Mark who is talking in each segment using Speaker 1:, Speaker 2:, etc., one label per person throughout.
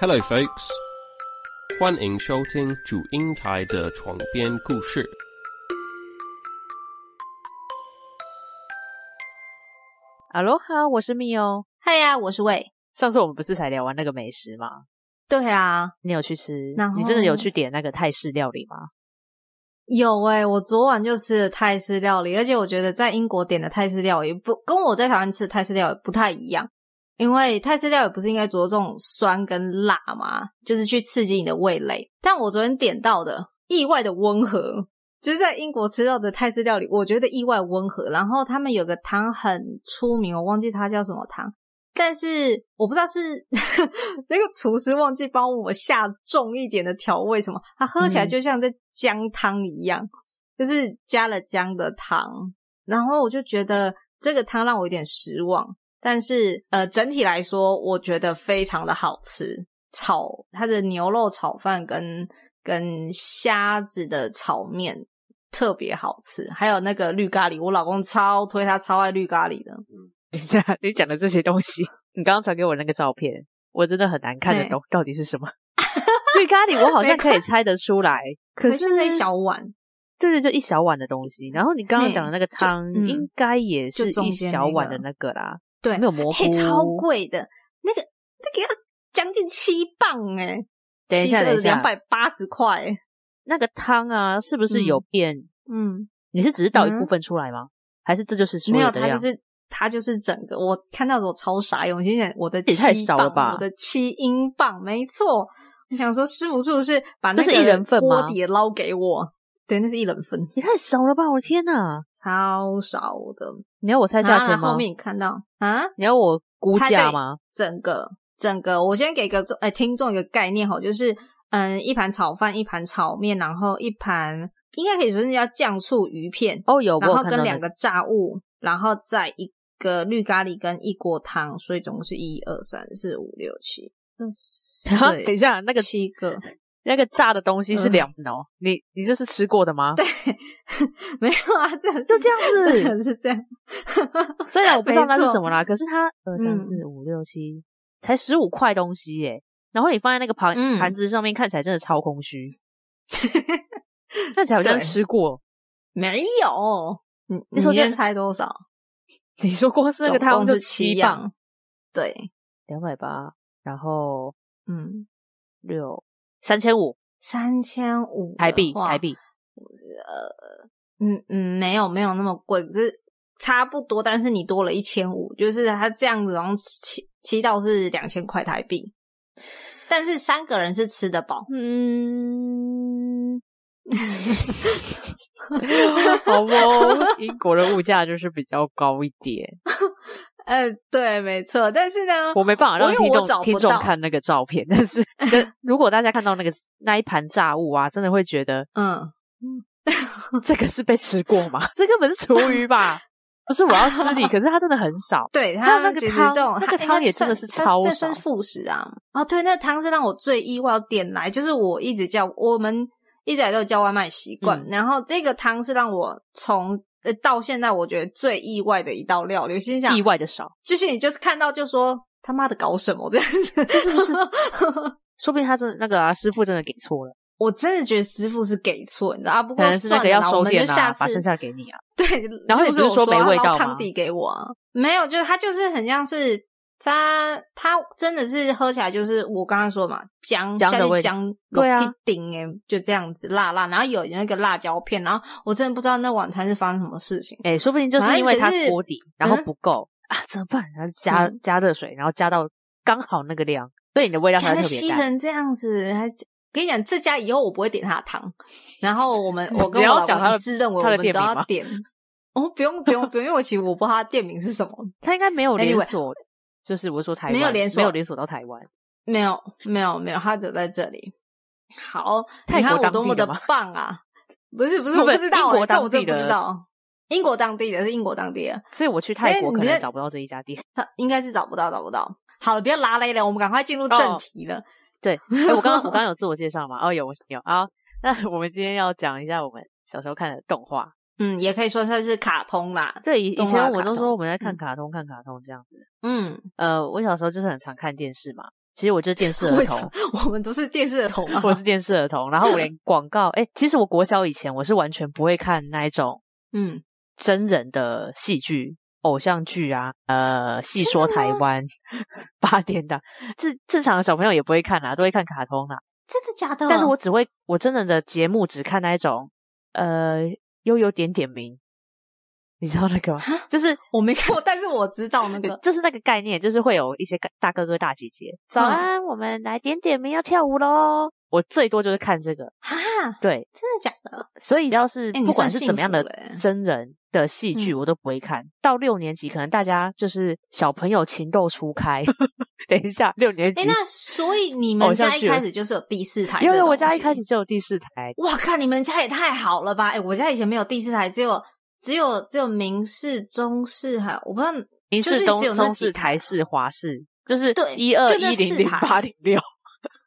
Speaker 1: Hello, folks！欢迎收听主英台的床边故事。
Speaker 2: 哈喽哈，我是蜜哦。
Speaker 3: 嗨呀、我是魏。
Speaker 2: 上次我们不是才聊完那个美食吗？
Speaker 3: 对啊，
Speaker 2: 你有去吃
Speaker 3: 然？后
Speaker 2: 你真的有去点那个泰式料 理吗？
Speaker 3: 有哎、我昨晚就吃了泰式料理，而且我觉得在英国点的泰式料理不跟我在台湾吃的泰式料理不太一样，因为泰式料理不是应该着重酸跟辣吗？就是去刺激你的味蕾。但我昨天点到的意外的温和，就是在英国吃到的泰式料理，我觉得意外温和。然后他们有个汤很出名，我忘记它叫什么汤。但是我不知道是 那个厨师忘记帮我下重一点的调味什么，它喝起来
Speaker 2: 嗯
Speaker 3: 就像在姜汤一样，就是加了姜的汤。然后我就觉得这个汤让我有点失望，但是呃，整体来说我觉得非常的好吃。炒它的牛肉炒饭跟跟虾子的炒面特别好吃，还有那个绿咖喱，我老公超推，他超爱绿咖喱的。
Speaker 2: 等一下，你讲的这些东西，你刚刚传给我那个照片，我真的很难看得懂到底是 什么。绿咖喱我好像可以猜得出来，可是
Speaker 3: 那一小碗，
Speaker 2: 对对，就一小碗的东西。然后你刚刚讲的那个
Speaker 3: 就
Speaker 2: 汤，
Speaker 3: 嗯
Speaker 2: 应该也
Speaker 3: 就是中
Speaker 2: 一
Speaker 3: 间
Speaker 2: 小
Speaker 3: 那
Speaker 2: 碗
Speaker 3: 个
Speaker 2: 的那个啦，
Speaker 3: 对
Speaker 2: 没有蘑
Speaker 3: 嘿，
Speaker 2: 菇，
Speaker 3: 超贵的，那个那个要将近七磅哎、
Speaker 2: 等一下等一下
Speaker 3: 两百八十块欸，
Speaker 2: 那个汤啊，是不是有变？
Speaker 3: 嗯，
Speaker 2: 你是只是倒一
Speaker 3: 嗯
Speaker 2: 部分出来吗？还是这就是所
Speaker 3: 没有，
Speaker 2: 的
Speaker 3: 它
Speaker 2: 量？
Speaker 3: 就是它就是整个，我看到的我超傻眼，我心想我的
Speaker 2: 这也太
Speaker 3: 七
Speaker 2: 少了
Speaker 3: 磅
Speaker 2: 吧
Speaker 3: 我的七英镑，没错，我想说师傅是不是把那
Speaker 2: 这是一人份
Speaker 3: 个
Speaker 2: 吗
Speaker 3: 锅底捞给我？对，那是一人 份，
Speaker 2: 也太少了吧！我的天哪！
Speaker 3: 超少的。
Speaker 2: 你要我猜价钱
Speaker 3: 啊然后
Speaker 2: 吗
Speaker 3: 后？面你看到啊，
Speaker 2: 你要我估
Speaker 3: 猜
Speaker 2: 价
Speaker 3: 对
Speaker 2: 吗？
Speaker 3: 整个整个，我先给个呃听众一个概念哈，就是嗯，一盘炒饭，一盘炒面，然后一盘应该可以说是叫酱醋鱼片，
Speaker 2: 哦，有，我
Speaker 3: 然
Speaker 2: 有
Speaker 3: 后
Speaker 2: 看到
Speaker 3: 跟两
Speaker 2: 那个。
Speaker 3: 个炸物，然后再一个绿咖喱跟一锅汤，所以总共是一二三四五六七，
Speaker 2: 哈
Speaker 3: 对
Speaker 2: 等一下，那个
Speaker 3: 七个，
Speaker 2: 那个炸的东西是
Speaker 3: 嗯
Speaker 2: 凉的哦，你你这是吃过的吗？对，
Speaker 3: 没有啊，这
Speaker 2: 就这样
Speaker 3: 真的
Speaker 2: 子。
Speaker 3: 是这样，
Speaker 2: 虽然我不知道那
Speaker 3: 没
Speaker 2: 是
Speaker 3: 错
Speaker 2: 什么啦，可是它二三
Speaker 3: 嗯
Speaker 2: 四五六七才十五块东西耶，然后你放在那个盘
Speaker 3: 嗯
Speaker 2: 盘子上面，看起来真的超空 虚，看起来好像
Speaker 3: 对
Speaker 2: 吃过。
Speaker 3: 没有。你
Speaker 2: 你说
Speaker 3: 你先
Speaker 2: 这
Speaker 3: 猜多少？
Speaker 2: 你说光是那个
Speaker 3: 总
Speaker 2: 汤
Speaker 3: 共
Speaker 2: 就是
Speaker 3: 七
Speaker 2: 磅，
Speaker 3: 样，对，
Speaker 2: 两百八，然后
Speaker 3: 嗯，
Speaker 2: 六三千五
Speaker 3: 三千五
Speaker 2: 台币，台币呃
Speaker 3: 嗯嗯，没有没有那么贵，可是差不多，但是你多了一千五，就是他这样子，然后七七到是两千块台币，但是三个人是吃得饱，
Speaker 2: 嗯， 好哦，英国的物价就是比较高一点，
Speaker 3: 呃，对，没错，但是呢，
Speaker 2: 我没办法让
Speaker 3: 因为
Speaker 2: 听
Speaker 3: 我找
Speaker 2: 众
Speaker 3: 不
Speaker 2: 听众
Speaker 3: 到
Speaker 2: 看那个照片，但 是跟如果大家看到那个那一盘炸物啊，真的会觉 得
Speaker 3: 嗯，
Speaker 2: 这个是被吃过吗？这根本是厨余吧？不是我要失礼，可是它真的很 少。
Speaker 3: 对，
Speaker 2: 还有那
Speaker 3: 们
Speaker 2: 个
Speaker 3: 其实
Speaker 2: 汤
Speaker 3: 这种
Speaker 2: 那
Speaker 3: 它
Speaker 2: 个
Speaker 3: 哎
Speaker 2: 汤也真
Speaker 3: 算
Speaker 2: 的是
Speaker 3: 它
Speaker 2: 超
Speaker 3: 那
Speaker 2: 少
Speaker 3: 算副食啊，哦，对，那汤是让我最意外我点来，就是我一直叫我们一直以来都有叫外卖习惯，
Speaker 2: 嗯
Speaker 3: 然后这个汤是让我从呃到现在我觉得最意外的一道料理，我心想
Speaker 2: 意外的少，
Speaker 3: 就是你就是看到就说他妈的搞什么这样子，
Speaker 2: 是 不是？说不定他真的那个啊，师傅真的给错了，
Speaker 3: 我真的觉得师傅是给错，你知道啊？不
Speaker 2: 可
Speaker 3: 过
Speaker 2: 能是那
Speaker 3: 算
Speaker 2: 个
Speaker 3: 了
Speaker 2: 要
Speaker 3: 啦，我
Speaker 2: 收
Speaker 3: 们就
Speaker 2: 点
Speaker 3: 下
Speaker 2: 啊，
Speaker 3: 次
Speaker 2: 把剩下给你啊。
Speaker 3: 对，
Speaker 2: 然后你
Speaker 3: 不
Speaker 2: 不是
Speaker 3: 是啊
Speaker 2: 说没味道吗
Speaker 3: 汤底给我、啊，没有，就是他就是很像是他他真的是喝起来就是我刚刚说嘛，姜
Speaker 2: 姜
Speaker 3: 下
Speaker 2: 的
Speaker 3: 去
Speaker 2: 味道
Speaker 3: 姜
Speaker 2: 对啊
Speaker 3: 一顶哎，就这样子辣辣，然后有那个辣椒片，然后我真的不知道那晚餐是发生什么事情。
Speaker 2: 哎、说不定就是因为它
Speaker 3: 反正啊可是
Speaker 2: 锅底然后
Speaker 3: 嗯
Speaker 2: 不够、啊，怎么办？然后加、
Speaker 3: 嗯
Speaker 2: 加热水，然后加到刚好那个量，对你的味道才
Speaker 3: 看
Speaker 2: 会特
Speaker 3: 他
Speaker 2: 别
Speaker 3: 吸
Speaker 2: 淡。
Speaker 3: 成这样子，还跟你讲，这家以后我不会点他的汤。然后我们，我跟
Speaker 2: 你要
Speaker 3: 我老
Speaker 2: 讲他
Speaker 3: 公
Speaker 2: 的
Speaker 3: 一致认为
Speaker 2: 他
Speaker 3: 我
Speaker 2: 的
Speaker 3: 们
Speaker 2: 店
Speaker 3: 都
Speaker 2: 名
Speaker 3: 要
Speaker 2: 吗
Speaker 3: 点。哦，不用不用不用，因为我其实我不知道他的店名是什么，
Speaker 2: 它应该没有连
Speaker 3: Anyway，
Speaker 2: 锁就是我说台湾
Speaker 3: 没有连锁
Speaker 2: 没有连锁到台湾，
Speaker 3: 没有没有没有，他只有在这里。好，
Speaker 2: 泰
Speaker 3: 你看
Speaker 2: 国
Speaker 3: 我
Speaker 2: 当
Speaker 3: 多
Speaker 2: 地
Speaker 3: 么
Speaker 2: 的
Speaker 3: 的
Speaker 2: 吗
Speaker 3: 棒啊！不是不是，
Speaker 2: 不
Speaker 3: 我
Speaker 2: 不
Speaker 3: 不知道
Speaker 2: 英
Speaker 3: 欸，
Speaker 2: 国
Speaker 3: 这我
Speaker 2: 当
Speaker 3: 真
Speaker 2: 地
Speaker 3: 的不知
Speaker 2: 的
Speaker 3: 道。英国当地的是英国当地的，
Speaker 2: 所以我去泰
Speaker 3: 哎
Speaker 2: 国
Speaker 3: 你
Speaker 2: 可
Speaker 3: 在
Speaker 2: 能找不到这一家店。
Speaker 3: 他应该是找不到找不到。好了，不要拉累了，我们赶快进入正
Speaker 2: 哦
Speaker 3: 题了。
Speaker 2: 对，哎、我刚刚我刚刚有自我介绍嘛？哦，有我有啊。那我们今天要讲一下我们小时候看的动画。
Speaker 3: 嗯，也可以说算是卡通啦。
Speaker 2: 对，以以
Speaker 3: 动画
Speaker 2: 前我们
Speaker 3: 卡
Speaker 2: 都
Speaker 3: 通
Speaker 2: 说我们在看
Speaker 3: 嗯
Speaker 2: 卡通，看卡通这样子。
Speaker 3: 嗯
Speaker 2: 呃，我小时候就是很常看电视嘛，其实我就是电视儿
Speaker 3: 为
Speaker 2: 童。
Speaker 3: 什么， 我们都是电视儿童啊
Speaker 2: 我是电视儿童，然后我连广告，哎、其实我国小以前我是完全不会看那一种
Speaker 3: 嗯，
Speaker 2: 真人的戏剧、偶像剧啊，呃，戏
Speaker 3: 真的
Speaker 2: 说台
Speaker 3: 吗
Speaker 2: 湾 八点档，正正常的小朋友也不会看啦、都会看卡通啦、
Speaker 3: 真的假的？
Speaker 2: 但是我只会我真人的节目只看那一种，呃，悠悠点点名，你知道那个吗？就是。
Speaker 3: 我没看过，但是我知道那个
Speaker 2: 就是那个概念，就是会有一些个大哥哥大姐姐，早
Speaker 3: 嗯
Speaker 2: 安，我们来点点名要跳舞喽。我最多就是看这个，
Speaker 3: 哈，
Speaker 2: 对，
Speaker 3: 真的假的？
Speaker 2: 所以要是
Speaker 3: 哎你
Speaker 2: 不管
Speaker 3: 算
Speaker 2: 是
Speaker 3: 幸
Speaker 2: 怎么样
Speaker 3: 福
Speaker 2: 的
Speaker 3: 了欸
Speaker 2: 真人的戏剧，
Speaker 3: 嗯
Speaker 2: 我都不会看。到六年级，可能大家就是小朋友情窦初 开。等一下，六年级
Speaker 3: 哎、，那所以你
Speaker 2: 偶
Speaker 3: 们
Speaker 2: 像
Speaker 3: 家一
Speaker 2: 剧
Speaker 3: 开始就是有第四台？
Speaker 2: 因为我家一开始，就有第四台，
Speaker 3: 哇靠，你们家也太好了吧！哎、我家以前没有第四台，只有只有只有明视、中视，还有我不知道
Speaker 2: 民
Speaker 3: 就
Speaker 2: 视、
Speaker 3: 是
Speaker 2: 东
Speaker 3: 只有那
Speaker 2: 中
Speaker 3: 几
Speaker 2: 视、
Speaker 3: 台啊
Speaker 2: 台视、华视，就是
Speaker 3: 对
Speaker 2: 一二
Speaker 3: 就那
Speaker 2: 一零
Speaker 3: 四
Speaker 2: 零
Speaker 3: 台啊
Speaker 2: 八零六。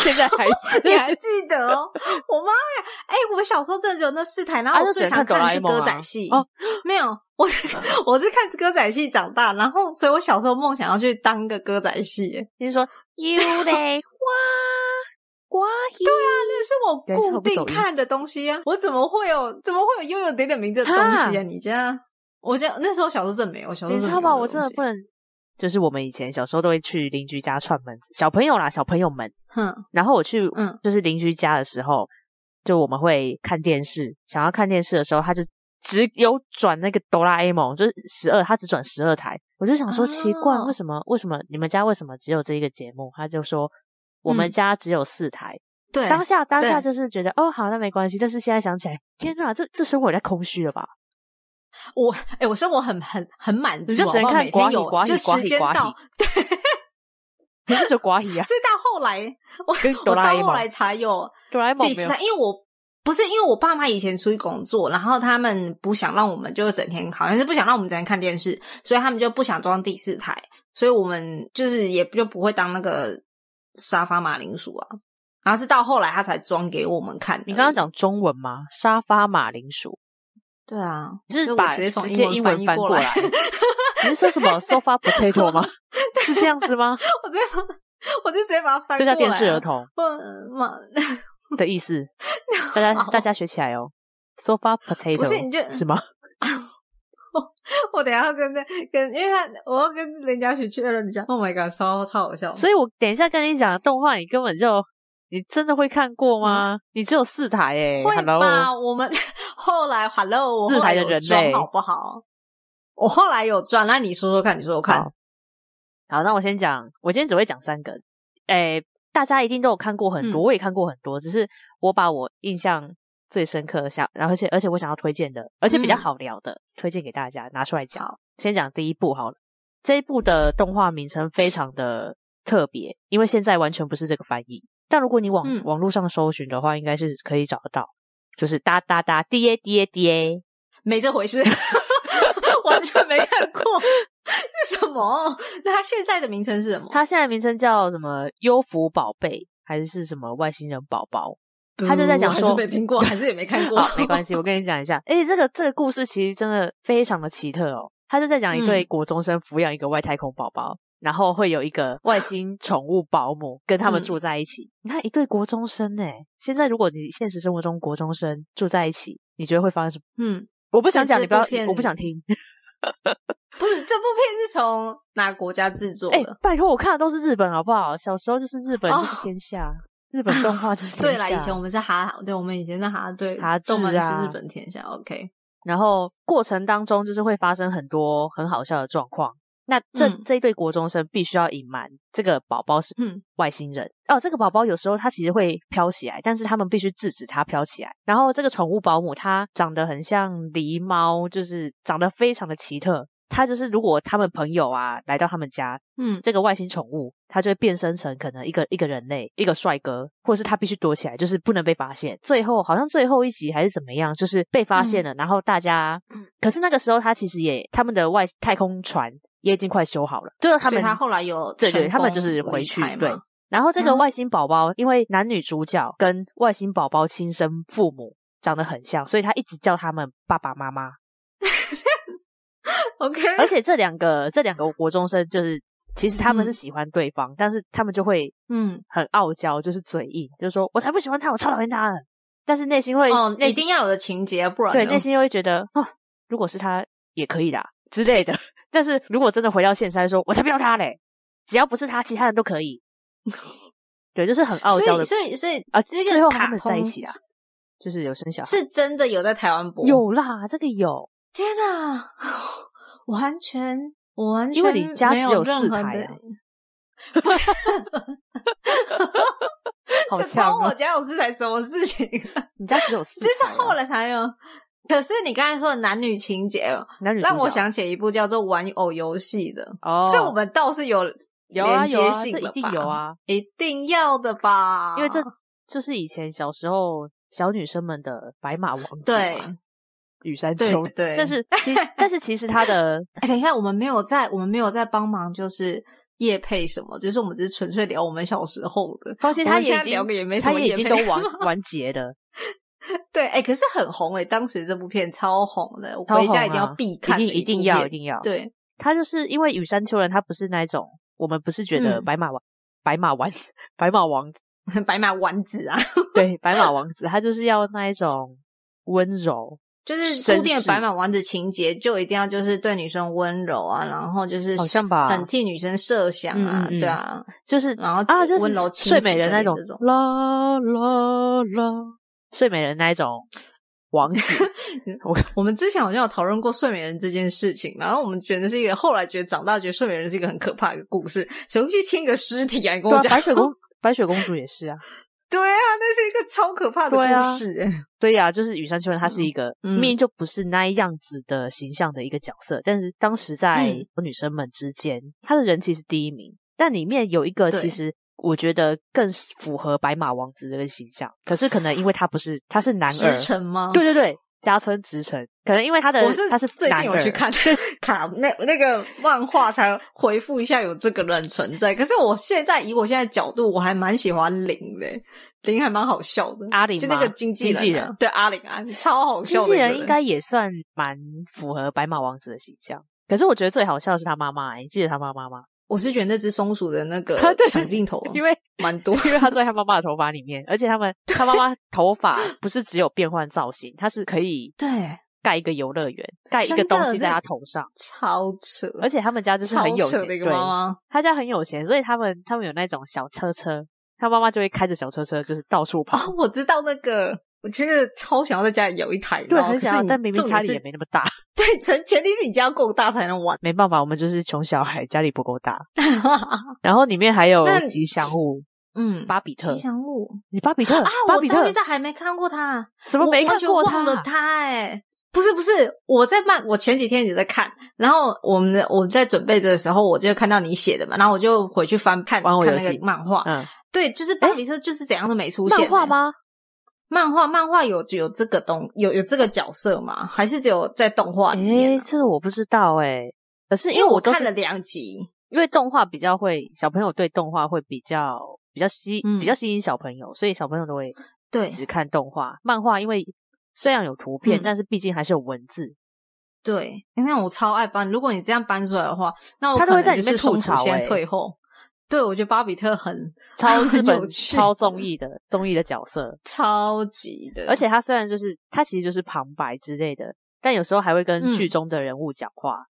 Speaker 2: 现在还是
Speaker 3: 你还记得哦？ 我妈呀！哎、我小时候真的只有那四台，然
Speaker 2: 啊
Speaker 3: 后
Speaker 2: 就
Speaker 3: 我
Speaker 2: 只
Speaker 3: 最
Speaker 2: 能
Speaker 3: 常
Speaker 2: 看哆啦
Speaker 3: 看
Speaker 2: A
Speaker 3: 是
Speaker 2: 梦
Speaker 3: 歌
Speaker 2: 啊
Speaker 3: 仔戏
Speaker 2: 哦，
Speaker 3: 没有，我是我是看歌仔戏长大，然后所以我小时候梦想要去当个歌仔戏，哎
Speaker 2: 就是说 you 嘞哇哇嘿，
Speaker 3: 那
Speaker 2: 等一下
Speaker 3: 是我
Speaker 2: 我
Speaker 3: 固
Speaker 2: 不走音
Speaker 3: 定看的东西啊！我怎么会有怎么会有拥有点点名这个东西
Speaker 2: 啊
Speaker 3: 啊？你这样，我这那时候小时候真的没有，小
Speaker 2: 你
Speaker 3: 时候
Speaker 2: 知
Speaker 3: 真
Speaker 2: 道
Speaker 3: 的没
Speaker 2: 吗？
Speaker 3: 有
Speaker 2: 我真的不能。就是我们以前小时候都会去邻居家串门子，小朋友啦，小朋友们，
Speaker 3: 哼，
Speaker 2: 然后我去，
Speaker 3: 嗯
Speaker 2: 就是邻居家的时候，就我们会看电视，想要看电视的时候，他就只有转那个哆啦 A 梦，就是十二，他只转十二台。我就想说奇怪，
Speaker 3: 哦
Speaker 2: 为什么为什么你们家为什么只有这一个节目？他就说我们
Speaker 3: 嗯
Speaker 2: 家只有四台。
Speaker 3: 对，
Speaker 2: 当下当下
Speaker 3: 对
Speaker 2: 就是觉得哦好，那没关系。但是现在想起来，天哪，这这生活也太空虚了吧？
Speaker 3: 我哎、我生活很很很满足，啊
Speaker 2: 你就只能
Speaker 3: 好不好
Speaker 2: 看
Speaker 3: 每
Speaker 2: 寡
Speaker 3: 天
Speaker 2: 语
Speaker 3: 有
Speaker 2: 寡语
Speaker 3: 就
Speaker 2: 寡
Speaker 3: 时
Speaker 2: 语
Speaker 3: 间
Speaker 2: 寡语
Speaker 3: 到，对，
Speaker 2: 你是说寡 姨啊？
Speaker 3: 所以到后来我
Speaker 2: 跟
Speaker 3: 我
Speaker 2: 哆啦
Speaker 3: 到
Speaker 2: A
Speaker 3: 后
Speaker 2: 梦
Speaker 3: 来才有
Speaker 2: 哆啦 A 梦
Speaker 3: 第
Speaker 2: 没
Speaker 3: 四
Speaker 2: 有
Speaker 3: 台，因为我不是因为我爸妈以前出去工作，然后他们不想让我们就整天好像是不想让我们整天看电视，所以他们就不想装第四台，所以我们就是也就不会当那个沙发马铃薯啊。然后是到后来他才装给我们看。
Speaker 2: 你刚刚，讲中文吗？沙发马铃薯，
Speaker 3: 对啊，
Speaker 2: 你是
Speaker 3: 所以呃我
Speaker 2: 把
Speaker 3: 直接从
Speaker 2: 直接英
Speaker 3: 英
Speaker 2: 文
Speaker 3: 文
Speaker 2: 翻
Speaker 3: 翻
Speaker 2: 过
Speaker 3: 过
Speaker 2: 来
Speaker 3: 来？
Speaker 2: 你是说什么 sofa potato 吗？是这样子吗？
Speaker 3: 我直接把我就直接把它翻
Speaker 2: 这
Speaker 3: 过
Speaker 2: 叫
Speaker 3: 来、啊。
Speaker 2: 电视儿 童
Speaker 3: 不，妈，
Speaker 2: 的意 思。大家大家学起来哦，sofa
Speaker 3: 不是你
Speaker 2: potato
Speaker 3: 就是
Speaker 2: 吗？
Speaker 3: 我等一下要跟那跟，因为他我要跟人家去确认一下。Oh my god，超超好笑。
Speaker 2: 所以我等一下跟你讲的动画，你根本就你真的会看过吗？你只有四台诶、
Speaker 3: 嗯会
Speaker 2: Hello，
Speaker 3: 吧？我们 后来 Hello，我
Speaker 2: 日
Speaker 3: 后
Speaker 2: 台
Speaker 3: 来
Speaker 2: 的
Speaker 3: 有
Speaker 2: 人
Speaker 3: 装
Speaker 2: 类
Speaker 3: 好不好？我后来有转，那你说说看，你说说看
Speaker 2: 好。好，那我先讲，我今天只会讲三个。诶、大家一定都有看过很多，
Speaker 3: 嗯
Speaker 2: 我也看过很多，只是我把我印象最深刻的想，然后而且而且我想要推荐的，而且比较
Speaker 3: 嗯
Speaker 2: 好聊的，推荐给大家拿出来讲。先讲第一部好了，这一部的动画名称非常的特别，因为现在完全不是这个翻译，但如果你网、
Speaker 3: 嗯
Speaker 2: 网络上搜寻的话，应该是可以找得到。就是哒哒哒，da da da，
Speaker 3: 没这回事， 完全没看过。是什么？那它现在的名称是什么？
Speaker 2: 它现在名称叫什么？优福宝贝还是什么外星人宝宝？它就在讲
Speaker 3: 嗯还
Speaker 2: 说
Speaker 3: 是没听过，还是也没看过
Speaker 2: 好，，没关系，我跟你讲一 下。而且这个这个故事其实真的非常的奇特哦。他就在讲一对
Speaker 3: 嗯
Speaker 2: 国中生抚养一个外太空宝宝，然后会有一个外星宠物保姆跟他们
Speaker 3: 嗯
Speaker 2: 住在一起。你看一对国中生呢，现在如果你现实生活中国中生住在一起，你觉得会发生什么？
Speaker 3: 嗯，
Speaker 2: 我不想
Speaker 3: 这
Speaker 2: 讲，你不要
Speaker 3: 这部，片
Speaker 2: 我不想听。
Speaker 3: 不是这部片是从哪国家制作
Speaker 2: 哎、
Speaker 3: 的？
Speaker 2: 拜托，我看的都是日本，好不好？小时候就是日本
Speaker 3: 哦
Speaker 2: 就是天下，日本动画就是天
Speaker 3: 对
Speaker 2: 下。
Speaker 3: 啦，以前我们是哈，对，我们以前是哈对，
Speaker 2: 哈制啊
Speaker 3: 动漫是日本天下。OK，
Speaker 2: 然后过程当中就是会发生很多很好笑的状况。那这、
Speaker 3: 嗯
Speaker 2: 这一对国中生必须要隐瞒这个宝宝是
Speaker 3: 嗯
Speaker 2: 外星人、哦，这个宝宝有时候他其实会飘起来，但是他们必须制止他飘起来。然后这个宠物保姆它长得很像狸猫，就是长得非常的奇特。它就是如果他们朋友啊来到他们家，
Speaker 3: 嗯，
Speaker 2: 这个外星宠物它就会变身成可能一个一个人类，一个帅哥，或者是它必须躲起来，就是不能被发现。最后好像最后一集还是怎么样，就是被发
Speaker 3: 嗯
Speaker 2: 现了，然后大家，可是那个时候他其实也他们的外太空船也已经快修好了，就是他
Speaker 3: 所以
Speaker 2: 们
Speaker 3: 他后来有
Speaker 2: 对对，
Speaker 3: 成
Speaker 2: 他们
Speaker 3: 功
Speaker 2: 就是
Speaker 3: 离
Speaker 2: 回去
Speaker 3: 开嘛
Speaker 2: 对。然后这个
Speaker 3: 嗯
Speaker 2: 外星宝宝，因为男女主角跟外星宝宝亲生父母长得很像，所以他一直叫他们爸爸妈妈。
Speaker 3: OK，
Speaker 2: 而且这两个这两个国中生就是其实他们
Speaker 3: 嗯
Speaker 2: 是喜欢对方，但是他们就会
Speaker 3: 嗯，
Speaker 2: 很傲娇，就是嘴硬，就是说我才不喜欢他，我超讨厌他的。但是内心会，
Speaker 3: 哦，
Speaker 2: 内
Speaker 3: 一
Speaker 2: 心
Speaker 3: 定要有的情节，不然
Speaker 2: 对
Speaker 3: 呢
Speaker 2: 内心又会觉得，哦，如果是他也可以啦之类的。 但是如果真的回到现实来说，我才不要他嘞，只要不是他，其他人都可 以。对，就是很傲娇的
Speaker 3: 所以所以所以
Speaker 2: 啊。
Speaker 3: 这个
Speaker 2: 最后
Speaker 3: 卡
Speaker 2: 他们在一
Speaker 3: 通
Speaker 2: 起啊，就是有生小孩，
Speaker 3: 是真的有在台湾播。，
Speaker 2: 有啦，这个有，
Speaker 3: 天哪， 完全我完全
Speaker 2: 因为你家
Speaker 3: 没
Speaker 2: 只有
Speaker 3: 任
Speaker 2: 四
Speaker 3: 何
Speaker 2: 台
Speaker 3: 的
Speaker 2: 啊，好
Speaker 3: 这
Speaker 2: 强
Speaker 3: 关我
Speaker 2: 哦！
Speaker 3: 家有事才什么事情 啊？
Speaker 2: 你家只有四
Speaker 3: 这
Speaker 2: 台啊，
Speaker 3: 是后来才有。可是你刚才说的男女情节，哦
Speaker 2: 男女主
Speaker 3: 让我
Speaker 2: 角
Speaker 3: 想起一部叫做《玩偶游戏》的，
Speaker 2: 嗯哦，
Speaker 3: 这我们倒是有
Speaker 2: 有啊
Speaker 3: 连
Speaker 2: 有啊，
Speaker 3: 接性
Speaker 2: 这一
Speaker 3: 了
Speaker 2: 定
Speaker 3: 吧
Speaker 2: 有啊，
Speaker 3: 一定要的吧？
Speaker 2: 因为这就是以前小时候小女生们的白马王子嘛
Speaker 3: 对
Speaker 2: 羽山
Speaker 3: 对
Speaker 2: 丘，
Speaker 3: 对
Speaker 2: 但是其但是其实他的
Speaker 3: 哎，等一下，我们没有在，我们没有在帮忙，就是夜配什么，就是我们只是纯粹聊我们小时候的。
Speaker 2: 放心，
Speaker 3: 我
Speaker 2: 他
Speaker 3: 们
Speaker 2: 也
Speaker 3: 现
Speaker 2: 已
Speaker 3: 在聊
Speaker 2: 经
Speaker 3: 个也没什
Speaker 2: 他
Speaker 3: 么
Speaker 2: 也已
Speaker 3: 业
Speaker 2: 经
Speaker 3: 配
Speaker 2: 都完完结了，
Speaker 3: 对，哎、可是很红哎、当时这部片超红的，我
Speaker 2: 超
Speaker 3: 回
Speaker 2: 红
Speaker 3: 家一定要
Speaker 2: 啊
Speaker 3: 必
Speaker 2: 一
Speaker 3: 看的
Speaker 2: 定
Speaker 3: 部片，
Speaker 2: 一定要一定要。，
Speaker 3: 对，
Speaker 2: 他就是因为羽山丘人，他不是那种我们不是觉得
Speaker 3: 嗯
Speaker 2: 白马王白马王白马王
Speaker 3: 白马丸子啊，
Speaker 2: 对白马王子，他就是要那一种温柔，
Speaker 3: 就是
Speaker 2: 绅
Speaker 3: 固定的
Speaker 2: 士
Speaker 3: 白马丸子情节，就一定要就是对女生温柔啊，然后就是
Speaker 2: 好像吧
Speaker 3: 很替女生设想啊，
Speaker 2: 嗯嗯嗯
Speaker 3: 对啊，
Speaker 2: 就是
Speaker 3: 然后
Speaker 2: 啊，就是
Speaker 3: 温柔轻
Speaker 2: 睡
Speaker 3: 浮
Speaker 2: 美人
Speaker 3: 这
Speaker 2: 那
Speaker 3: 类
Speaker 2: 种
Speaker 3: 这种
Speaker 2: 啦啦啦，睡美人那一种王子，
Speaker 3: 我们之前好像有讨论过睡美人这件事情，然后我们觉得是一个，后来觉得长大觉得睡美人是一个很可怕的一个故事，谁会去亲个尸体啊？你跟
Speaker 2: 对
Speaker 3: 我
Speaker 2: 啊，
Speaker 3: 讲，
Speaker 2: 白雪公白雪公主也是啊，
Speaker 3: 对啊，那是一个超可怕的
Speaker 2: 对啊
Speaker 3: 故事、欸，
Speaker 2: 对呀、就是羽山丘人，他是一个、
Speaker 3: 嗯
Speaker 2: 明明就不是那样子的形象的一个角色，但是当时在
Speaker 3: 嗯
Speaker 2: 女生们之间，他的人气是第一名，但里面有一个
Speaker 3: 对
Speaker 2: 其实。我觉得更符合白马王子这个形象，可是可能因为他不是，他是男
Speaker 3: 直
Speaker 2: 儿，
Speaker 3: 诚吗？
Speaker 2: 对对对，加村直城，可能因为他的
Speaker 3: 我是
Speaker 2: 他是
Speaker 3: 最近
Speaker 2: 男
Speaker 3: 有
Speaker 2: 二
Speaker 3: 去 看卡那那个漫画，才回复一下有这个人存在。可是我现在以我现在的角度，我还蛮喜欢林的，林还蛮好笑的。
Speaker 2: 阿林
Speaker 3: 就那个
Speaker 2: 吗
Speaker 3: 经纪
Speaker 2: 经
Speaker 3: 人啊、
Speaker 2: 纪人
Speaker 3: 对阿林啊，超好笑
Speaker 2: 经纪
Speaker 3: 的一个
Speaker 2: 人应该也算蛮符合白马王子的形象。可是我觉得最好笑的是他妈妈、欸你记得他妈妈 吗？
Speaker 3: 我是觉得那只松鼠的那个
Speaker 2: 对
Speaker 3: 抢镜头
Speaker 2: 因为，
Speaker 3: 蛮多
Speaker 2: 因为他在他妈妈的头发里面，而且他们他妈妈头发不是只有变换造型，它是可以
Speaker 3: 对，
Speaker 2: 盖一个游乐园，盖一
Speaker 3: 真
Speaker 2: 个
Speaker 3: 的
Speaker 2: 东西在
Speaker 3: 那
Speaker 2: 他头上。
Speaker 3: 超扯，
Speaker 2: 而且他们家就是
Speaker 3: 超
Speaker 2: 很有
Speaker 3: 扯
Speaker 2: 钱，
Speaker 3: 的一
Speaker 2: 对
Speaker 3: 个，妈妈。
Speaker 2: 他家很有钱，所以他们他们有那种小车车，他妈妈就会开着小车车就是到处跑。
Speaker 3: 哦，我知道那个，我觉得超想要在家里有一台，
Speaker 2: 对，
Speaker 3: 然后
Speaker 2: 很
Speaker 3: 可是
Speaker 2: 想要，
Speaker 3: 你
Speaker 2: 但明明
Speaker 3: 重
Speaker 2: 家
Speaker 3: 点
Speaker 2: 里也
Speaker 3: 是
Speaker 2: 没那么大，
Speaker 3: 对，前前提是你家要够大才能玩。
Speaker 2: 没办法，我们就是穷小孩，家里不够大。然后里面还有
Speaker 3: 那
Speaker 2: 吉祥物
Speaker 3: 嗯，
Speaker 2: 嗯巴比特
Speaker 3: 吉，祥物
Speaker 2: 你巴比特
Speaker 3: 啊，
Speaker 2: 巴
Speaker 3: 我
Speaker 2: 比
Speaker 3: 到
Speaker 2: 特
Speaker 3: 现在还没看过他，
Speaker 2: 什么没
Speaker 3: 我
Speaker 2: 看
Speaker 3: 完全
Speaker 2: 过
Speaker 3: 忘了他哎、不是不是，我在漫，我前几天也在看，然后我们的我们在准备的时候，我就看到你写的嘛，然后我就回去翻看
Speaker 2: 玩
Speaker 3: 看
Speaker 2: 偶
Speaker 3: 那
Speaker 2: 游戏
Speaker 3: 个漫画，
Speaker 2: 嗯，
Speaker 3: 对，就是巴比特就是怎样都没出现、
Speaker 2: 漫画
Speaker 3: 欸？
Speaker 2: 吗？
Speaker 3: 漫画漫画有有这个东有有这个角色吗？还是只有在动画里面
Speaker 2: 诶，
Speaker 3: 啊、
Speaker 2: 这个我不知道诶，可是因为
Speaker 3: 我
Speaker 2: 都
Speaker 3: 看
Speaker 2: 是
Speaker 3: 了两集，
Speaker 2: 因为动画比较会，小朋友对动画会比较比较吸、
Speaker 3: 嗯
Speaker 2: 比较吸引小朋友，所以小朋友都会
Speaker 3: 对
Speaker 2: 只看动画。漫画因为虽然有图片，
Speaker 3: 嗯
Speaker 2: 但是毕竟还是有文字，
Speaker 3: 对，你看我超爱搬，如果你这样搬出来的话，那我
Speaker 2: 他都
Speaker 3: 可
Speaker 2: 会
Speaker 3: 能
Speaker 2: 在里
Speaker 3: 就
Speaker 2: 面
Speaker 3: 是
Speaker 2: 吐
Speaker 3: 松鼠
Speaker 2: 槽欸
Speaker 3: 先退后。对，我觉得巴比特很
Speaker 2: 超日
Speaker 3: 很有
Speaker 2: 本
Speaker 3: 趣
Speaker 2: 超综艺的综艺的角色。
Speaker 3: 超级的，
Speaker 2: 而且他虽然就是他其实就是旁白之类的，但有时候还会跟
Speaker 3: 嗯
Speaker 2: 剧中的人物讲话，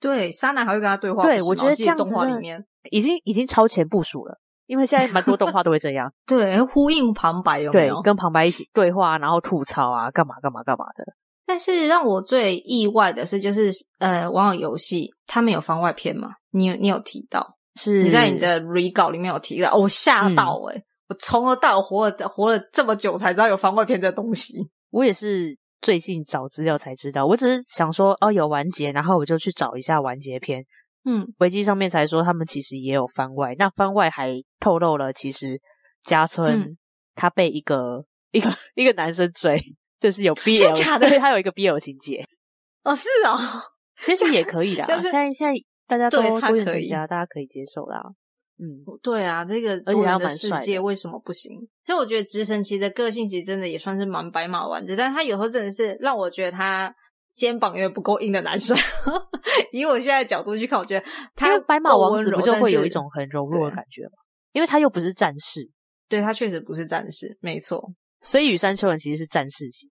Speaker 3: 对莎娜还会跟他对话，
Speaker 2: 对
Speaker 3: 不是
Speaker 2: 我
Speaker 3: 吗
Speaker 2: 觉得
Speaker 3: 记
Speaker 2: 这样子
Speaker 3: 动画
Speaker 2: 真
Speaker 3: 里
Speaker 2: 的
Speaker 3: 面
Speaker 2: 已经已经超前部署了。因为现在蛮多动画都会这样，
Speaker 3: 对呼应旁 白有没
Speaker 2: 对
Speaker 3: 有，？
Speaker 2: 跟旁白一起对话，然后吐槽啊，干嘛干嘛干嘛的。
Speaker 3: 但是让我最意外的是，就是呃，玩偶游戏他们有番外篇吗？你有你有提到，
Speaker 2: 是
Speaker 3: 你在你的 re 稿里面有提到，哦我吓
Speaker 2: 嗯
Speaker 3: 到哎、我从头到尾活了活了这么久才知道有番外篇这东西，
Speaker 2: 我也是最近找资料才知道，我只是想说哦有完结，然后我就去找一下完结篇。
Speaker 3: 嗯，
Speaker 2: 维基上面才说他们其实也有番外，那番外还透露了其实加村、
Speaker 3: 嗯
Speaker 2: 他被一个一个一个男生追，就是有 BL，
Speaker 3: 假的
Speaker 2: 对他有一个 BL 情 节，
Speaker 3: 哦是哦，
Speaker 2: 其实也可以啦。
Speaker 3: 加村
Speaker 2: 现在现在大家
Speaker 3: 对
Speaker 2: 都
Speaker 3: 他
Speaker 2: 多元
Speaker 3: 可
Speaker 2: 成
Speaker 3: 以
Speaker 2: 家，大家可以接受啦。嗯，
Speaker 3: 对啊，这个
Speaker 2: 而且
Speaker 3: 多
Speaker 2: 他
Speaker 3: 元的
Speaker 2: 蛮
Speaker 3: 世
Speaker 2: 帅的
Speaker 3: 界为什么不行？所以我觉得直升机的个性其实真的也算是蛮白马王子，但他有时候真的是让我觉得他肩膀有点不够硬的男生。 以我现在的角度去看，我觉得
Speaker 2: 因
Speaker 3: 他
Speaker 2: 为白马
Speaker 3: 够
Speaker 2: 王
Speaker 3: 温
Speaker 2: 子
Speaker 3: 柔
Speaker 2: 不就
Speaker 3: 但
Speaker 2: 会有
Speaker 3: 是
Speaker 2: 一种很柔
Speaker 3: 对
Speaker 2: 弱的感觉吗？因为他又不是战士，
Speaker 3: 对他确实不是战士，没错，
Speaker 2: 所以羽山秋人其实是战士型，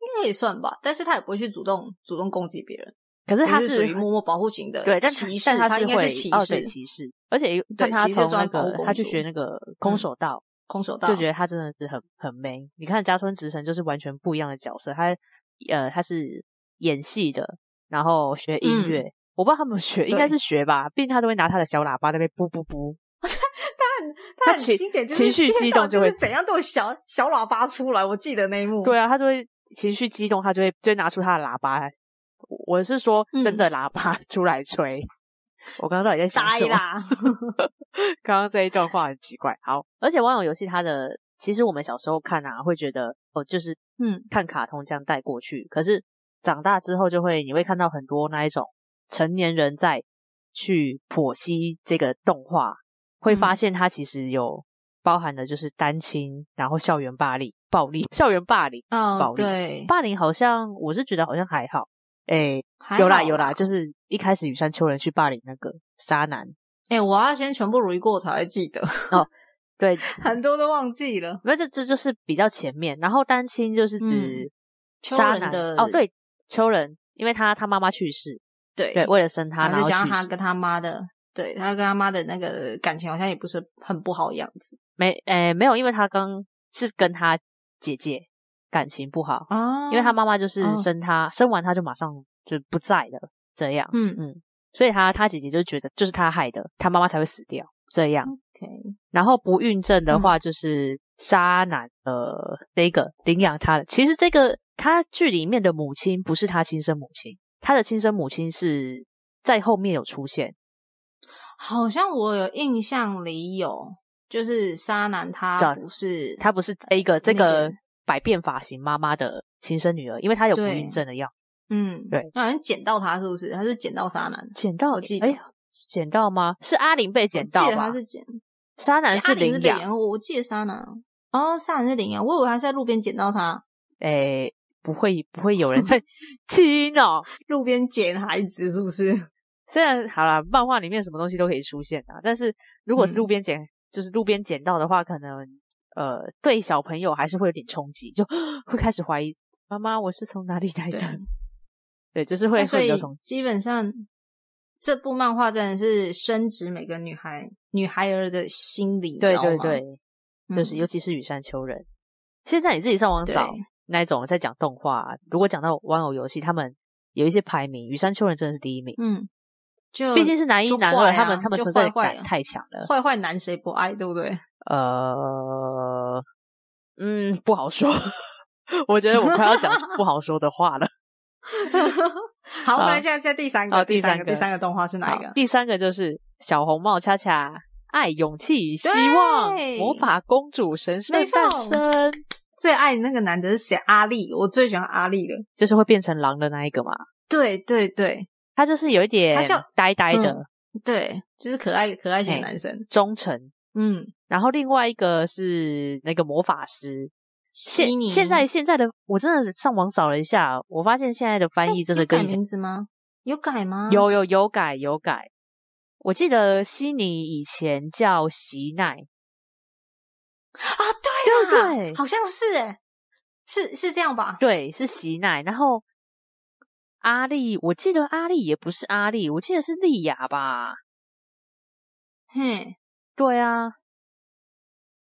Speaker 3: 应该也算吧。但是他也不会去主动主动攻击别人，
Speaker 2: 可是他
Speaker 3: 也是属于默默保护型的
Speaker 2: 对，但
Speaker 3: 骑士，
Speaker 2: 但
Speaker 3: 他
Speaker 2: 他是
Speaker 3: 应该
Speaker 2: 会
Speaker 3: 是骑
Speaker 2: 哦
Speaker 3: 士，
Speaker 2: 对骑士，而且看
Speaker 3: 对
Speaker 2: 他
Speaker 3: 骑士
Speaker 2: 从
Speaker 3: 专
Speaker 2: 那
Speaker 3: 保护
Speaker 2: 个
Speaker 3: 公
Speaker 2: 他去
Speaker 3: 主
Speaker 2: 学那个空
Speaker 3: 嗯
Speaker 2: 手道，
Speaker 3: 空手道，
Speaker 2: 就觉得他真的是很很 man。你看加村直成就是完全不一样的角色，他呃他是演戏的，然后学音
Speaker 3: 嗯
Speaker 2: 乐，我不知道他们学，应该
Speaker 3: 对
Speaker 2: 是学吧，毕竟他都会拿他的小喇叭在那边噗噗噗。
Speaker 3: 他
Speaker 2: 他
Speaker 3: 很
Speaker 2: 情
Speaker 3: 经典，就是
Speaker 2: 情绪
Speaker 3: 一天
Speaker 2: 激
Speaker 3: 到
Speaker 2: 动
Speaker 3: 晚
Speaker 2: 就
Speaker 3: 就是
Speaker 2: 会
Speaker 3: 怎样都有小小喇叭出来，我记得那一幕。
Speaker 2: 对啊，他就会情绪激动，他就会就会拿出他的喇叭。我我是说真
Speaker 3: 嗯
Speaker 2: 的喇叭 出来吹。我刚刚到底在想
Speaker 3: 呆
Speaker 2: 什么？
Speaker 3: 啦，
Speaker 2: 刚刚这一段话很奇怪。好，而且网友游戏它的，其实我们小时候看啊，会觉得哦，就是
Speaker 3: 嗯，
Speaker 2: 看卡通这样带过去。可是长大之后，就会你会看到很多那一种成年人在去剖析这个动画，会发
Speaker 3: 嗯
Speaker 2: 现它其实有包含的就是单亲，然后校园霸凌、暴力、校园霸凌。
Speaker 3: 嗯
Speaker 2: 暴，力
Speaker 3: 对，
Speaker 2: 霸凌好像我是觉得好像还好，诶、
Speaker 3: 还
Speaker 2: 有
Speaker 3: 好
Speaker 2: 啦有啦，。就是一开始羽山秋人去霸凌那个渣男，
Speaker 3: 哎、我要先全部捋过我才会记得，
Speaker 2: 对，
Speaker 3: 很多都忘记了。
Speaker 2: 没有这这就是比较前面，然后单亲就是指
Speaker 3: 嗯秋
Speaker 2: 渣
Speaker 3: 人
Speaker 2: 男、
Speaker 3: 的
Speaker 2: 哦，对，秋人，因为他他妈妈去世，
Speaker 3: 对
Speaker 2: 对，为了生他，
Speaker 3: 然
Speaker 2: 然
Speaker 3: 后
Speaker 2: 后
Speaker 3: 再
Speaker 2: 去
Speaker 3: 加上他
Speaker 2: 世，
Speaker 3: 跟他妈的，对他跟他妈的那个感情好像也不是很不好的样子
Speaker 2: 没诶没有，因为他刚是跟他姐姐感情不好，
Speaker 3: 啊
Speaker 2: 因为他妈妈就是
Speaker 3: 哦
Speaker 2: 生他、生完他就马上就不在了，这样，
Speaker 3: 嗯
Speaker 2: 嗯，所以他他姐姐就觉得就是他害的，他妈妈才会死掉，这样。
Speaker 3: ，OK，
Speaker 2: 然后不孕症的
Speaker 3: 嗯
Speaker 2: 话，就是渣男呃这个领养他的。其实这个他剧里面的母亲不是他亲生母亲，他的亲生母亲是在后面有出现，
Speaker 3: 好像我有印象里有，就是沙男他
Speaker 2: 找
Speaker 3: 不是
Speaker 2: 他不是这一个这
Speaker 3: 那
Speaker 2: 个
Speaker 3: 个
Speaker 2: 百变发型妈妈的亲生女儿，因为她有不
Speaker 3: 对
Speaker 2: 孕症的样子。
Speaker 3: 嗯，
Speaker 2: 对，
Speaker 3: 好像捡到他是不是？他是捡到沙男，
Speaker 2: 捡到
Speaker 3: 我记得
Speaker 2: 哎呀，是捡到吗？是阿玲被捡
Speaker 3: 我记
Speaker 2: 到
Speaker 3: 得
Speaker 2: 吧
Speaker 3: 他？是捡，
Speaker 2: 渣男
Speaker 3: 阿玲是
Speaker 2: 领
Speaker 3: 领
Speaker 2: 养，
Speaker 3: 养，我记得沙男。哦，沙男是领养，我以为他是在路边捡到他，
Speaker 2: 哎，不会不会有人在 亲哦。
Speaker 3: 路边捡孩子是不是？
Speaker 2: 虽然好啦，漫画里面什么东西都可以出现啊，但是如
Speaker 3: 嗯
Speaker 2: 果是路边捡，就是路边捡到的话，可能呃对小朋友还是会有点冲击，就会开始怀疑妈妈我是从哪里来的 对，
Speaker 3: 对，，
Speaker 2: 就是
Speaker 3: 那
Speaker 2: 会
Speaker 3: 所
Speaker 2: 会比
Speaker 3: 以
Speaker 2: 较冲击。
Speaker 3: 基本上这部漫画真的是深植每个女孩女孩儿的心理，
Speaker 2: 对
Speaker 3: 你知
Speaker 2: 对
Speaker 3: 道吗
Speaker 2: 对，就是
Speaker 3: 嗯
Speaker 2: 尤其是羽山秋人，现在你自己上网
Speaker 3: 对
Speaker 2: 找那一种在讲动画、啊如果讲到玩偶游戏，他们有一些排名，羽山秋人真的是第一名，
Speaker 3: 嗯，就
Speaker 2: 毕竟是男一
Speaker 3: 就
Speaker 2: 男
Speaker 3: 坏
Speaker 2: 二，
Speaker 3: 啊
Speaker 2: 他们他们
Speaker 3: 就
Speaker 2: 存在
Speaker 3: 坏坏
Speaker 2: 感
Speaker 3: 啊
Speaker 2: 太强了，
Speaker 3: 坏坏男谁不爱，对不对？
Speaker 2: 呃，嗯，不好说。 我觉得我快要讲出不好说的话了。
Speaker 3: 好，我
Speaker 2: 好
Speaker 3: 们来现在现在第三
Speaker 2: 好
Speaker 3: 个，
Speaker 2: 第
Speaker 3: 三
Speaker 2: 三
Speaker 3: 个，
Speaker 2: 个
Speaker 3: 第三个动画是哪
Speaker 2: 好
Speaker 3: 一个？
Speaker 2: 第三个就是小红帽恰恰爱勇气与希望，
Speaker 3: 对
Speaker 2: 魔法公主神圣
Speaker 3: 没错
Speaker 2: 诞生，
Speaker 3: 最爱那个男的是谁？阿力，我最喜欢阿力了。
Speaker 2: 就是会变成狼的那一个嘛。
Speaker 3: 对对对
Speaker 2: 他就是有一点
Speaker 3: 他叫
Speaker 2: 呆呆的、
Speaker 3: 嗯对，就是可爱可爱型的
Speaker 2: 哎
Speaker 3: 男生。
Speaker 2: 忠诚，
Speaker 3: 嗯，
Speaker 2: 然后另外一个是那个魔法师。
Speaker 3: 悉
Speaker 2: 现
Speaker 3: 尼
Speaker 2: 现在现在的我真的上网找了一下，我发现现在的翻译真的
Speaker 3: 有改
Speaker 2: 跟以前
Speaker 3: 名字吗？有改吗？啊
Speaker 2: 有有有改有改，我记得悉尼以前叫席奈，
Speaker 3: 啊，
Speaker 2: 对
Speaker 3: 对啦
Speaker 2: 对
Speaker 3: 好像是哎，是是这样吧？
Speaker 2: 对，是席奈。然后阿丽，我记得阿丽也不是阿丽，我记得是丽雅吧？
Speaker 3: 嘿，
Speaker 2: 对啊，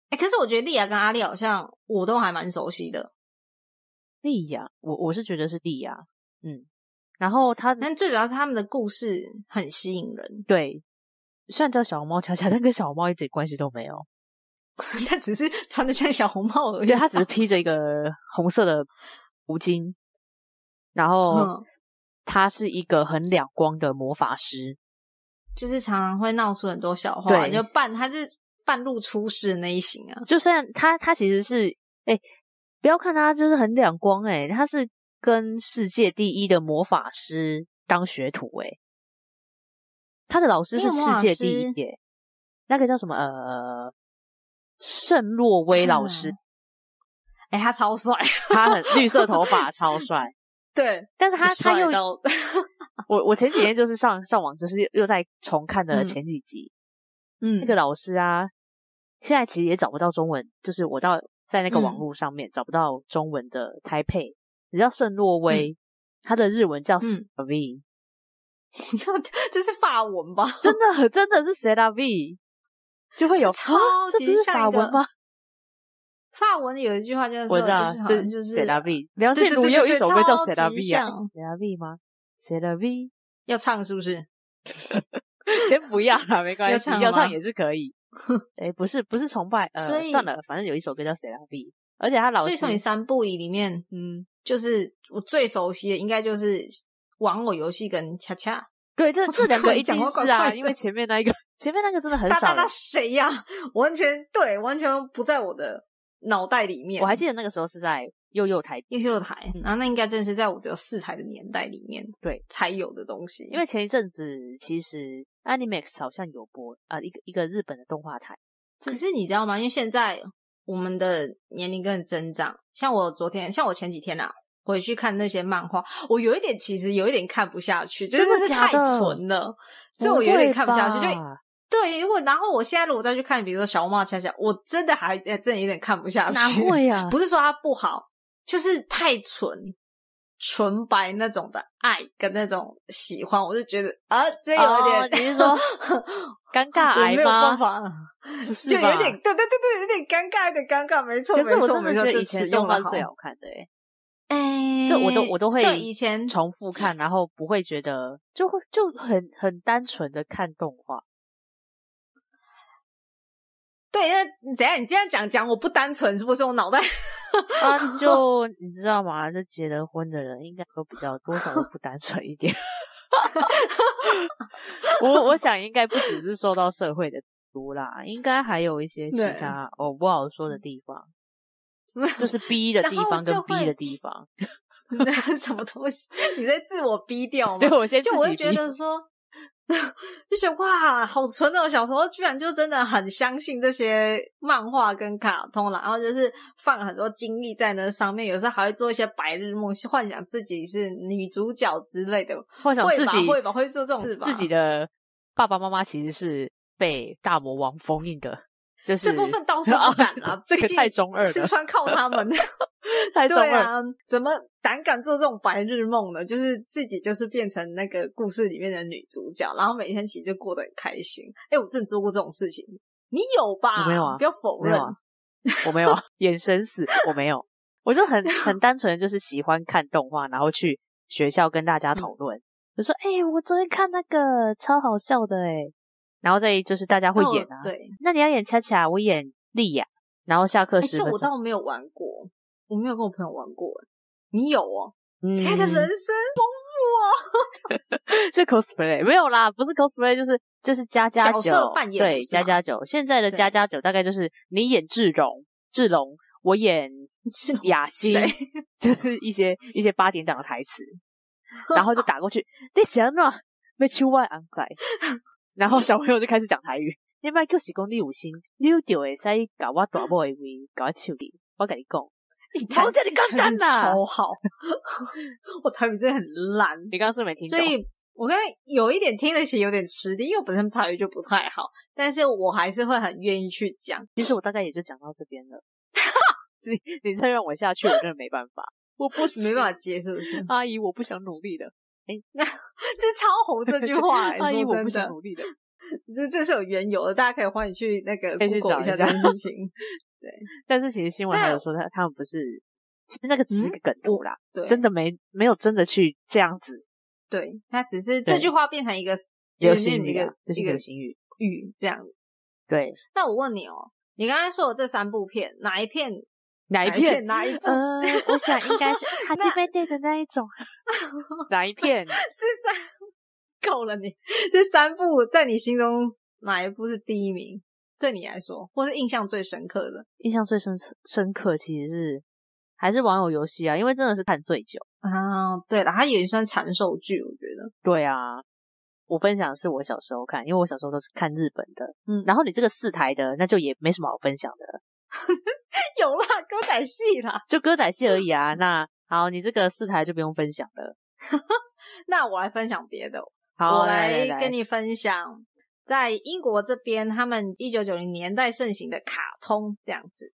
Speaker 3: 哎，可是我觉得莉亚跟阿力好像我都还蛮熟悉的。
Speaker 2: 丽雅，我我是觉得是丽雅，嗯。然后他
Speaker 3: 但最主要是他们的故事很吸引人，
Speaker 2: 对，虽然叫小红帽恰恰，但跟小红帽一点关系都没有。
Speaker 3: 他只是穿的像小红帽而已。嗯
Speaker 2: 对，他只是披着一个红色的围巾，然后
Speaker 3: 嗯
Speaker 2: 他是一个很两光的魔法师。
Speaker 3: 就是常常会闹出很多笑话，
Speaker 2: 对
Speaker 3: 就半他是半路出事的那一型啊。
Speaker 2: 就算他他其实是哎、不要看他就是很两光哎、他是跟世界第一的魔法师当学徒哎、他的老师是
Speaker 3: 那个魔
Speaker 2: 世
Speaker 3: 法
Speaker 2: 界第一
Speaker 3: 师
Speaker 2: 耶、那个叫什么呃圣洛
Speaker 3: 嗯
Speaker 2: 威老师，
Speaker 3: 哎、他超帅，
Speaker 2: 他很绿色头发超帅，
Speaker 3: 对，
Speaker 2: 但是他他
Speaker 3: 帅
Speaker 2: 又
Speaker 3: 到
Speaker 2: 我我前几天就是上上网，就是又在重看了
Speaker 3: 嗯
Speaker 2: 前几集，
Speaker 3: 嗯
Speaker 2: 那个老师啊，现在其实也找不到中文，就是我到在那个网
Speaker 3: 嗯
Speaker 2: 络上面找不到中文的台配，你知道圣诺威，它的日文叫 s
Speaker 3: 嗯
Speaker 2: a v i
Speaker 3: 这是法文吧？
Speaker 2: 真的真的是 s a v i 就会有
Speaker 3: 超
Speaker 2: 啊这
Speaker 3: 级
Speaker 2: 不是
Speaker 3: 像
Speaker 2: 法
Speaker 3: 一个
Speaker 2: 文吗？
Speaker 3: 法文有一句话叫做
Speaker 2: 我知道
Speaker 3: 就，
Speaker 2: 就
Speaker 3: 是就是
Speaker 2: s a v i 梁静
Speaker 3: 对对
Speaker 2: 茹
Speaker 3: 对
Speaker 2: 也有一
Speaker 3: 对
Speaker 2: 首歌叫 s
Speaker 3: 超
Speaker 2: a v
Speaker 3: 级
Speaker 2: i 啊 s
Speaker 3: 像
Speaker 2: a v i 吗 s a v i
Speaker 3: 要唱是不是？
Speaker 2: 先不要啦，没关
Speaker 3: 要
Speaker 2: 系
Speaker 3: 唱，了
Speaker 2: 要唱
Speaker 3: 吗
Speaker 2: 也是可 以。哎，不是不是崇拜，呃
Speaker 3: 所，以
Speaker 2: 算了，反正有一首歌叫《谁拉比》，而且他老
Speaker 3: 所
Speaker 2: 师
Speaker 3: 以从你三部里面，
Speaker 2: 嗯，
Speaker 3: 就是我最熟悉的应该就是《玩偶游戏》跟《恰恰》。
Speaker 2: 对，这
Speaker 3: 我
Speaker 2: 这
Speaker 3: 怎
Speaker 2: 两个
Speaker 3: 么突然
Speaker 2: 一定
Speaker 3: 讲话怪
Speaker 2: 是啊，
Speaker 3: 怪的
Speaker 2: 因为前面那一个前面那个真的很
Speaker 3: 大
Speaker 2: 少
Speaker 3: 大
Speaker 2: 人
Speaker 3: 大。谁呀、 完全对，完全不在我的脑袋里面。
Speaker 2: 我还记得那个时候是在幼幼台，
Speaker 3: 悠悠台
Speaker 2: 嗯，
Speaker 3: 然后那应该真的是在我只有四台的年代里面，
Speaker 2: 对
Speaker 3: 才有的东西。
Speaker 2: 因为前一阵子其实 Animax 好像有播啊、一个一个日本的动画台，
Speaker 3: 可是你知道吗？因为现在我们的年龄跟着增长，像我昨天，像我前几天啊，回去看那些漫画，我有一点其实有一点看不下去，就是
Speaker 2: 真的
Speaker 3: 那是
Speaker 2: 假
Speaker 3: 太
Speaker 2: 的
Speaker 3: 纯了，所以
Speaker 2: 不
Speaker 3: 我有点
Speaker 2: 会
Speaker 3: 看不下去，就
Speaker 2: 吧
Speaker 3: 对，如果然后我现在如果再去看，比如说《小猫恰恰》，我真的还还真的有点看不下去。
Speaker 2: 哪会啊？
Speaker 3: 不是说它不好，就是太纯纯白那种的爱跟那种喜欢，我就觉得啊，这有一点，
Speaker 2: 哦你是 说尴尬
Speaker 3: 我
Speaker 2: 癌
Speaker 3: 没有
Speaker 2: 吗？
Speaker 3: 办法，
Speaker 2: 不是
Speaker 3: 就有
Speaker 2: 吧
Speaker 3: 点，对对对对，有点尴尬，有点尴尬，没错，
Speaker 2: 可是
Speaker 3: 没
Speaker 2: 我
Speaker 3: 错
Speaker 2: 真的
Speaker 3: 没
Speaker 2: 觉
Speaker 3: 错，
Speaker 2: 得
Speaker 3: 这
Speaker 2: 以前
Speaker 3: 词
Speaker 2: 动
Speaker 3: 用
Speaker 2: 漫
Speaker 3: 的
Speaker 2: 最
Speaker 3: 好，
Speaker 2: 好看的哎、
Speaker 3: 哎
Speaker 2: 这我都我都会
Speaker 3: 对以前
Speaker 2: 重复看，然后不会觉得就会就很很单纯的看动画，
Speaker 3: 对，那怎样？你这样讲讲，我不单纯是不是？我脑袋
Speaker 2: 啊，就你知道吗？这结了婚的人应该都比较多少都不单纯一点。 我我想应该不只是受到社会的毒啦，应该还有一些其
Speaker 3: 对
Speaker 2: 他哦不好说的地方，就是 B 的
Speaker 3: 然
Speaker 2: 地
Speaker 3: 后
Speaker 2: 方
Speaker 3: 就
Speaker 2: 跟 B
Speaker 3: 会
Speaker 2: 的地方。
Speaker 3: 什么东西？你在自我逼掉吗
Speaker 2: 对，？我先
Speaker 3: 就
Speaker 2: 自
Speaker 3: 我
Speaker 2: 己
Speaker 3: 会觉
Speaker 2: 逼
Speaker 3: 得说， 就觉得哇，好纯哦！小时候居然就真的很相信这些漫画跟卡通啦，然后就是放了很多精力在那上面，有时候还会做一些白日梦，幻想自己是女主角之类的，
Speaker 2: 幻想
Speaker 3: 会
Speaker 2: 自
Speaker 3: 吧
Speaker 2: 己
Speaker 3: 会吧会做这种事吧
Speaker 2: 自己的爸爸妈妈其实是被大魔王封印的，就是哦
Speaker 3: 这部分倒是不敢啦
Speaker 2: 这个
Speaker 3: 毕竟
Speaker 2: 太中二
Speaker 3: 吃
Speaker 2: 了，
Speaker 3: 穿靠他 们。
Speaker 2: 太中
Speaker 3: 对
Speaker 2: 二。
Speaker 3: 啊，怎么胆敢做这种白日梦呢？就是自己就是变成那个故事里面的女主角，然后每天其实就过得很开心。哎，我真的做过这种事情，你有吧？
Speaker 2: 我没有啊
Speaker 3: 不要否
Speaker 2: 没有
Speaker 3: 认。
Speaker 2: 啊我没有啊， 眼神死，我没有，我就 很很单纯，就是喜欢看动画，然后去学校跟大
Speaker 3: 嗯
Speaker 2: 家讨论，就说：“哎、我昨天看那个超好笑的哎、然后再就是大家会
Speaker 3: 那我
Speaker 2: 演啊，
Speaker 3: 哦嗯对，
Speaker 2: 那你要演恰恰，我演莉亚，然后下课
Speaker 3: 哎，
Speaker 2: 十
Speaker 3: 这
Speaker 2: 分
Speaker 3: 我
Speaker 2: 钟，
Speaker 3: 倒没有玩过，我没有跟我朋友玩过。哎你有哦？
Speaker 2: 嗯
Speaker 3: 他的人生，
Speaker 2: 这 cosplay 没有啦，不是 cosplay，就是就是加加
Speaker 3: 角
Speaker 2: 酒，
Speaker 3: 色扮演
Speaker 2: 对，
Speaker 3: 是
Speaker 2: 加
Speaker 3: 吗
Speaker 2: 加酒。现在的
Speaker 3: 对
Speaker 2: 加加酒大概就是你演智荣，智荣，我演
Speaker 3: 是
Speaker 2: 雅欣
Speaker 3: 谁，
Speaker 2: 就是一些一些八点档的台 词，然后就打过去，你想哪？被出外昂 塞，然后小朋友就开始讲台语，你卖叫是讲你有心，你有就会使搞我大某的位，搞我手机，我跟你讲，
Speaker 3: 你台
Speaker 2: 超叫你刚
Speaker 3: 台
Speaker 2: 刚
Speaker 3: 语
Speaker 2: 啦，
Speaker 3: 超好， 我台语真的很烂。
Speaker 2: 你刚刚是不是没听
Speaker 3: 所
Speaker 2: 懂？
Speaker 3: 以我刚才有一点听得起有点吃力，因为我本身台语就不太好，但是我还是会很愿意去讲。
Speaker 2: 其实我大概也就讲到这边了。 你你再让我下去，我真的没办 法，我不行
Speaker 3: 没办法接，是不是？
Speaker 2: 阿姨，我不想努力了。
Speaker 3: 这超红这句话、欸，
Speaker 2: 阿姨，
Speaker 3: 说
Speaker 2: 我
Speaker 3: 真
Speaker 2: 不想
Speaker 3: 的，
Speaker 2: 努力了。
Speaker 3: 这这是有缘由的，大家可以欢迎去那个
Speaker 2: 可以去找一
Speaker 3: Google 一下
Speaker 2: 下
Speaker 3: 这件事 情。
Speaker 2: 但是其实新闻还有说他他们不是，其实那个只
Speaker 3: 嗯
Speaker 2: 是个梗图啦，
Speaker 3: 对，
Speaker 2: 真的没没有真的去这样子
Speaker 3: 对，它只是
Speaker 2: 对
Speaker 3: 这句话变成一个
Speaker 2: 流
Speaker 3: 有点
Speaker 2: 行
Speaker 3: 一
Speaker 2: 语
Speaker 3: 个
Speaker 2: 啊，就是
Speaker 3: 一个
Speaker 2: 流行语。
Speaker 3: 语这样。
Speaker 2: 对，
Speaker 3: 那我问你哦，你刚才说的这三部片，哪一片？
Speaker 2: 哪一片？
Speaker 3: 哪一 部？
Speaker 2: 呃，我想应该 是哈基贝内的那一种。哪一片？
Speaker 3: 这三 够了你，这三部在你心中哪一部是第一名？对你来说，或是印象最深刻的？
Speaker 2: 印象最深深刻其实是还是玩偶游戏啊，因为真的是看最久。
Speaker 3: 啊，对了，它也算长寿剧，我觉 得。
Speaker 2: 对啊，我分享的是我小时候看，因为我小时候都是看日本的。
Speaker 3: 嗯
Speaker 2: 然后你这个四台的，那就也没什么好分享的了，
Speaker 3: 有啦，歌仔戏啦，
Speaker 2: 就歌仔戏而已啊。那好，你这个四台就不用分享了。
Speaker 3: 那我来分享别的，哦
Speaker 2: 好，
Speaker 3: 我
Speaker 2: 来
Speaker 3: 来跟
Speaker 2: 你
Speaker 3: 你分享，在英国这边，他们一九九零年代盛行的卡通这样子。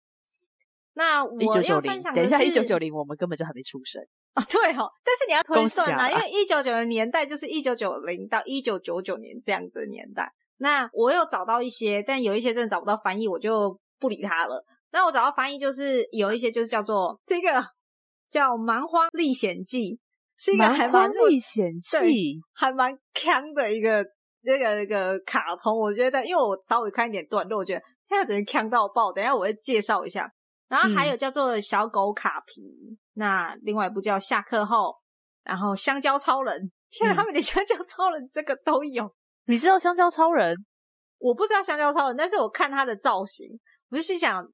Speaker 3: 那我
Speaker 2: 一九九
Speaker 3: 要
Speaker 2: 零
Speaker 3: 分享，
Speaker 2: 等
Speaker 3: 的
Speaker 2: 一
Speaker 3: 是
Speaker 2: 下一九九零，我们根本就还没出生。
Speaker 3: 哦， 对哦，但是你要推算啊，
Speaker 2: 恭喜
Speaker 3: 因
Speaker 2: 啊
Speaker 3: 为一九九零年代就是一九九零到一九九九年这样子的年代。那我有找到一些，但有一些真的找不到翻译，我就不理它了。那我找到翻译就是有一些就是叫做这个叫《蛮荒历险记》，是一个还蛮
Speaker 2: 蛮
Speaker 3: 不
Speaker 2: 历险记，
Speaker 3: 还蛮强的一个那个那个卡通，我觉得，因为我稍微看一点段落，我觉得哎它有点强到爆。等一下我会介绍一下。然后还有叫做小狗卡皮，那另外一部叫下课后，然后香蕉超人。天啊，
Speaker 2: 嗯
Speaker 3: 他们连香蕉超人这个都有，
Speaker 2: 你知道香蕉超人？
Speaker 3: 我不知道香蕉超人，但是我看他的造型，我就心想，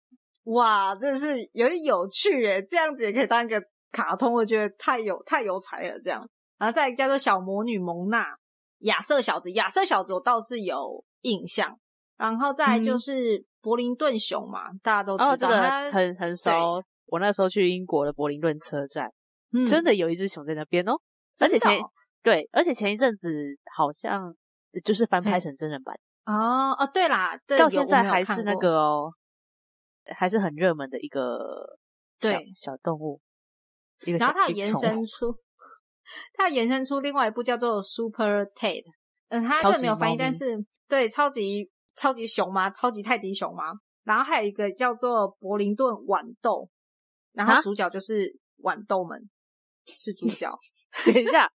Speaker 3: 哇，真的是有点有趣耶，这样子也可以当一个卡通，我觉得太有太有才了这样。然后再叫做小魔女蒙娜、亚瑟小子，亚瑟小子我倒是有印象。然后再来就是柏林顿熊嘛，大家都知道，
Speaker 2: 嗯哦，这
Speaker 3: 它
Speaker 2: 个很很熟。我那时候去英国的柏林顿车站，
Speaker 3: 嗯
Speaker 2: 真的有一只熊在那边哦。而且
Speaker 3: 真的
Speaker 2: 前对，而且前一阵子好像就是翻拍成真人版，
Speaker 3: 哦哦哦对啦，对
Speaker 2: 到
Speaker 3: 有
Speaker 2: 现
Speaker 3: 我
Speaker 2: 在
Speaker 3: 没有
Speaker 2: 还
Speaker 3: 看
Speaker 2: 是那
Speaker 3: 过
Speaker 2: 个哦，还是很热门的一个小
Speaker 3: 对
Speaker 2: 小动物。一个小
Speaker 3: 然后它有
Speaker 2: 一个
Speaker 3: 延
Speaker 2: 宠物
Speaker 3: 伸出，它有延伸出另外一部叫做《Super Ted》，嗯，它
Speaker 2: 超
Speaker 3: 这个没
Speaker 2: 级
Speaker 3: 有翻
Speaker 2: 猫
Speaker 3: 译，但
Speaker 2: 咪
Speaker 3: 是对，超级超级熊猫，超级泰迪熊猫，然后还有一个叫做柏林顿豌豆，然后
Speaker 2: 啊
Speaker 3: 主角就是豌豆们是主 角，
Speaker 2: 等一下，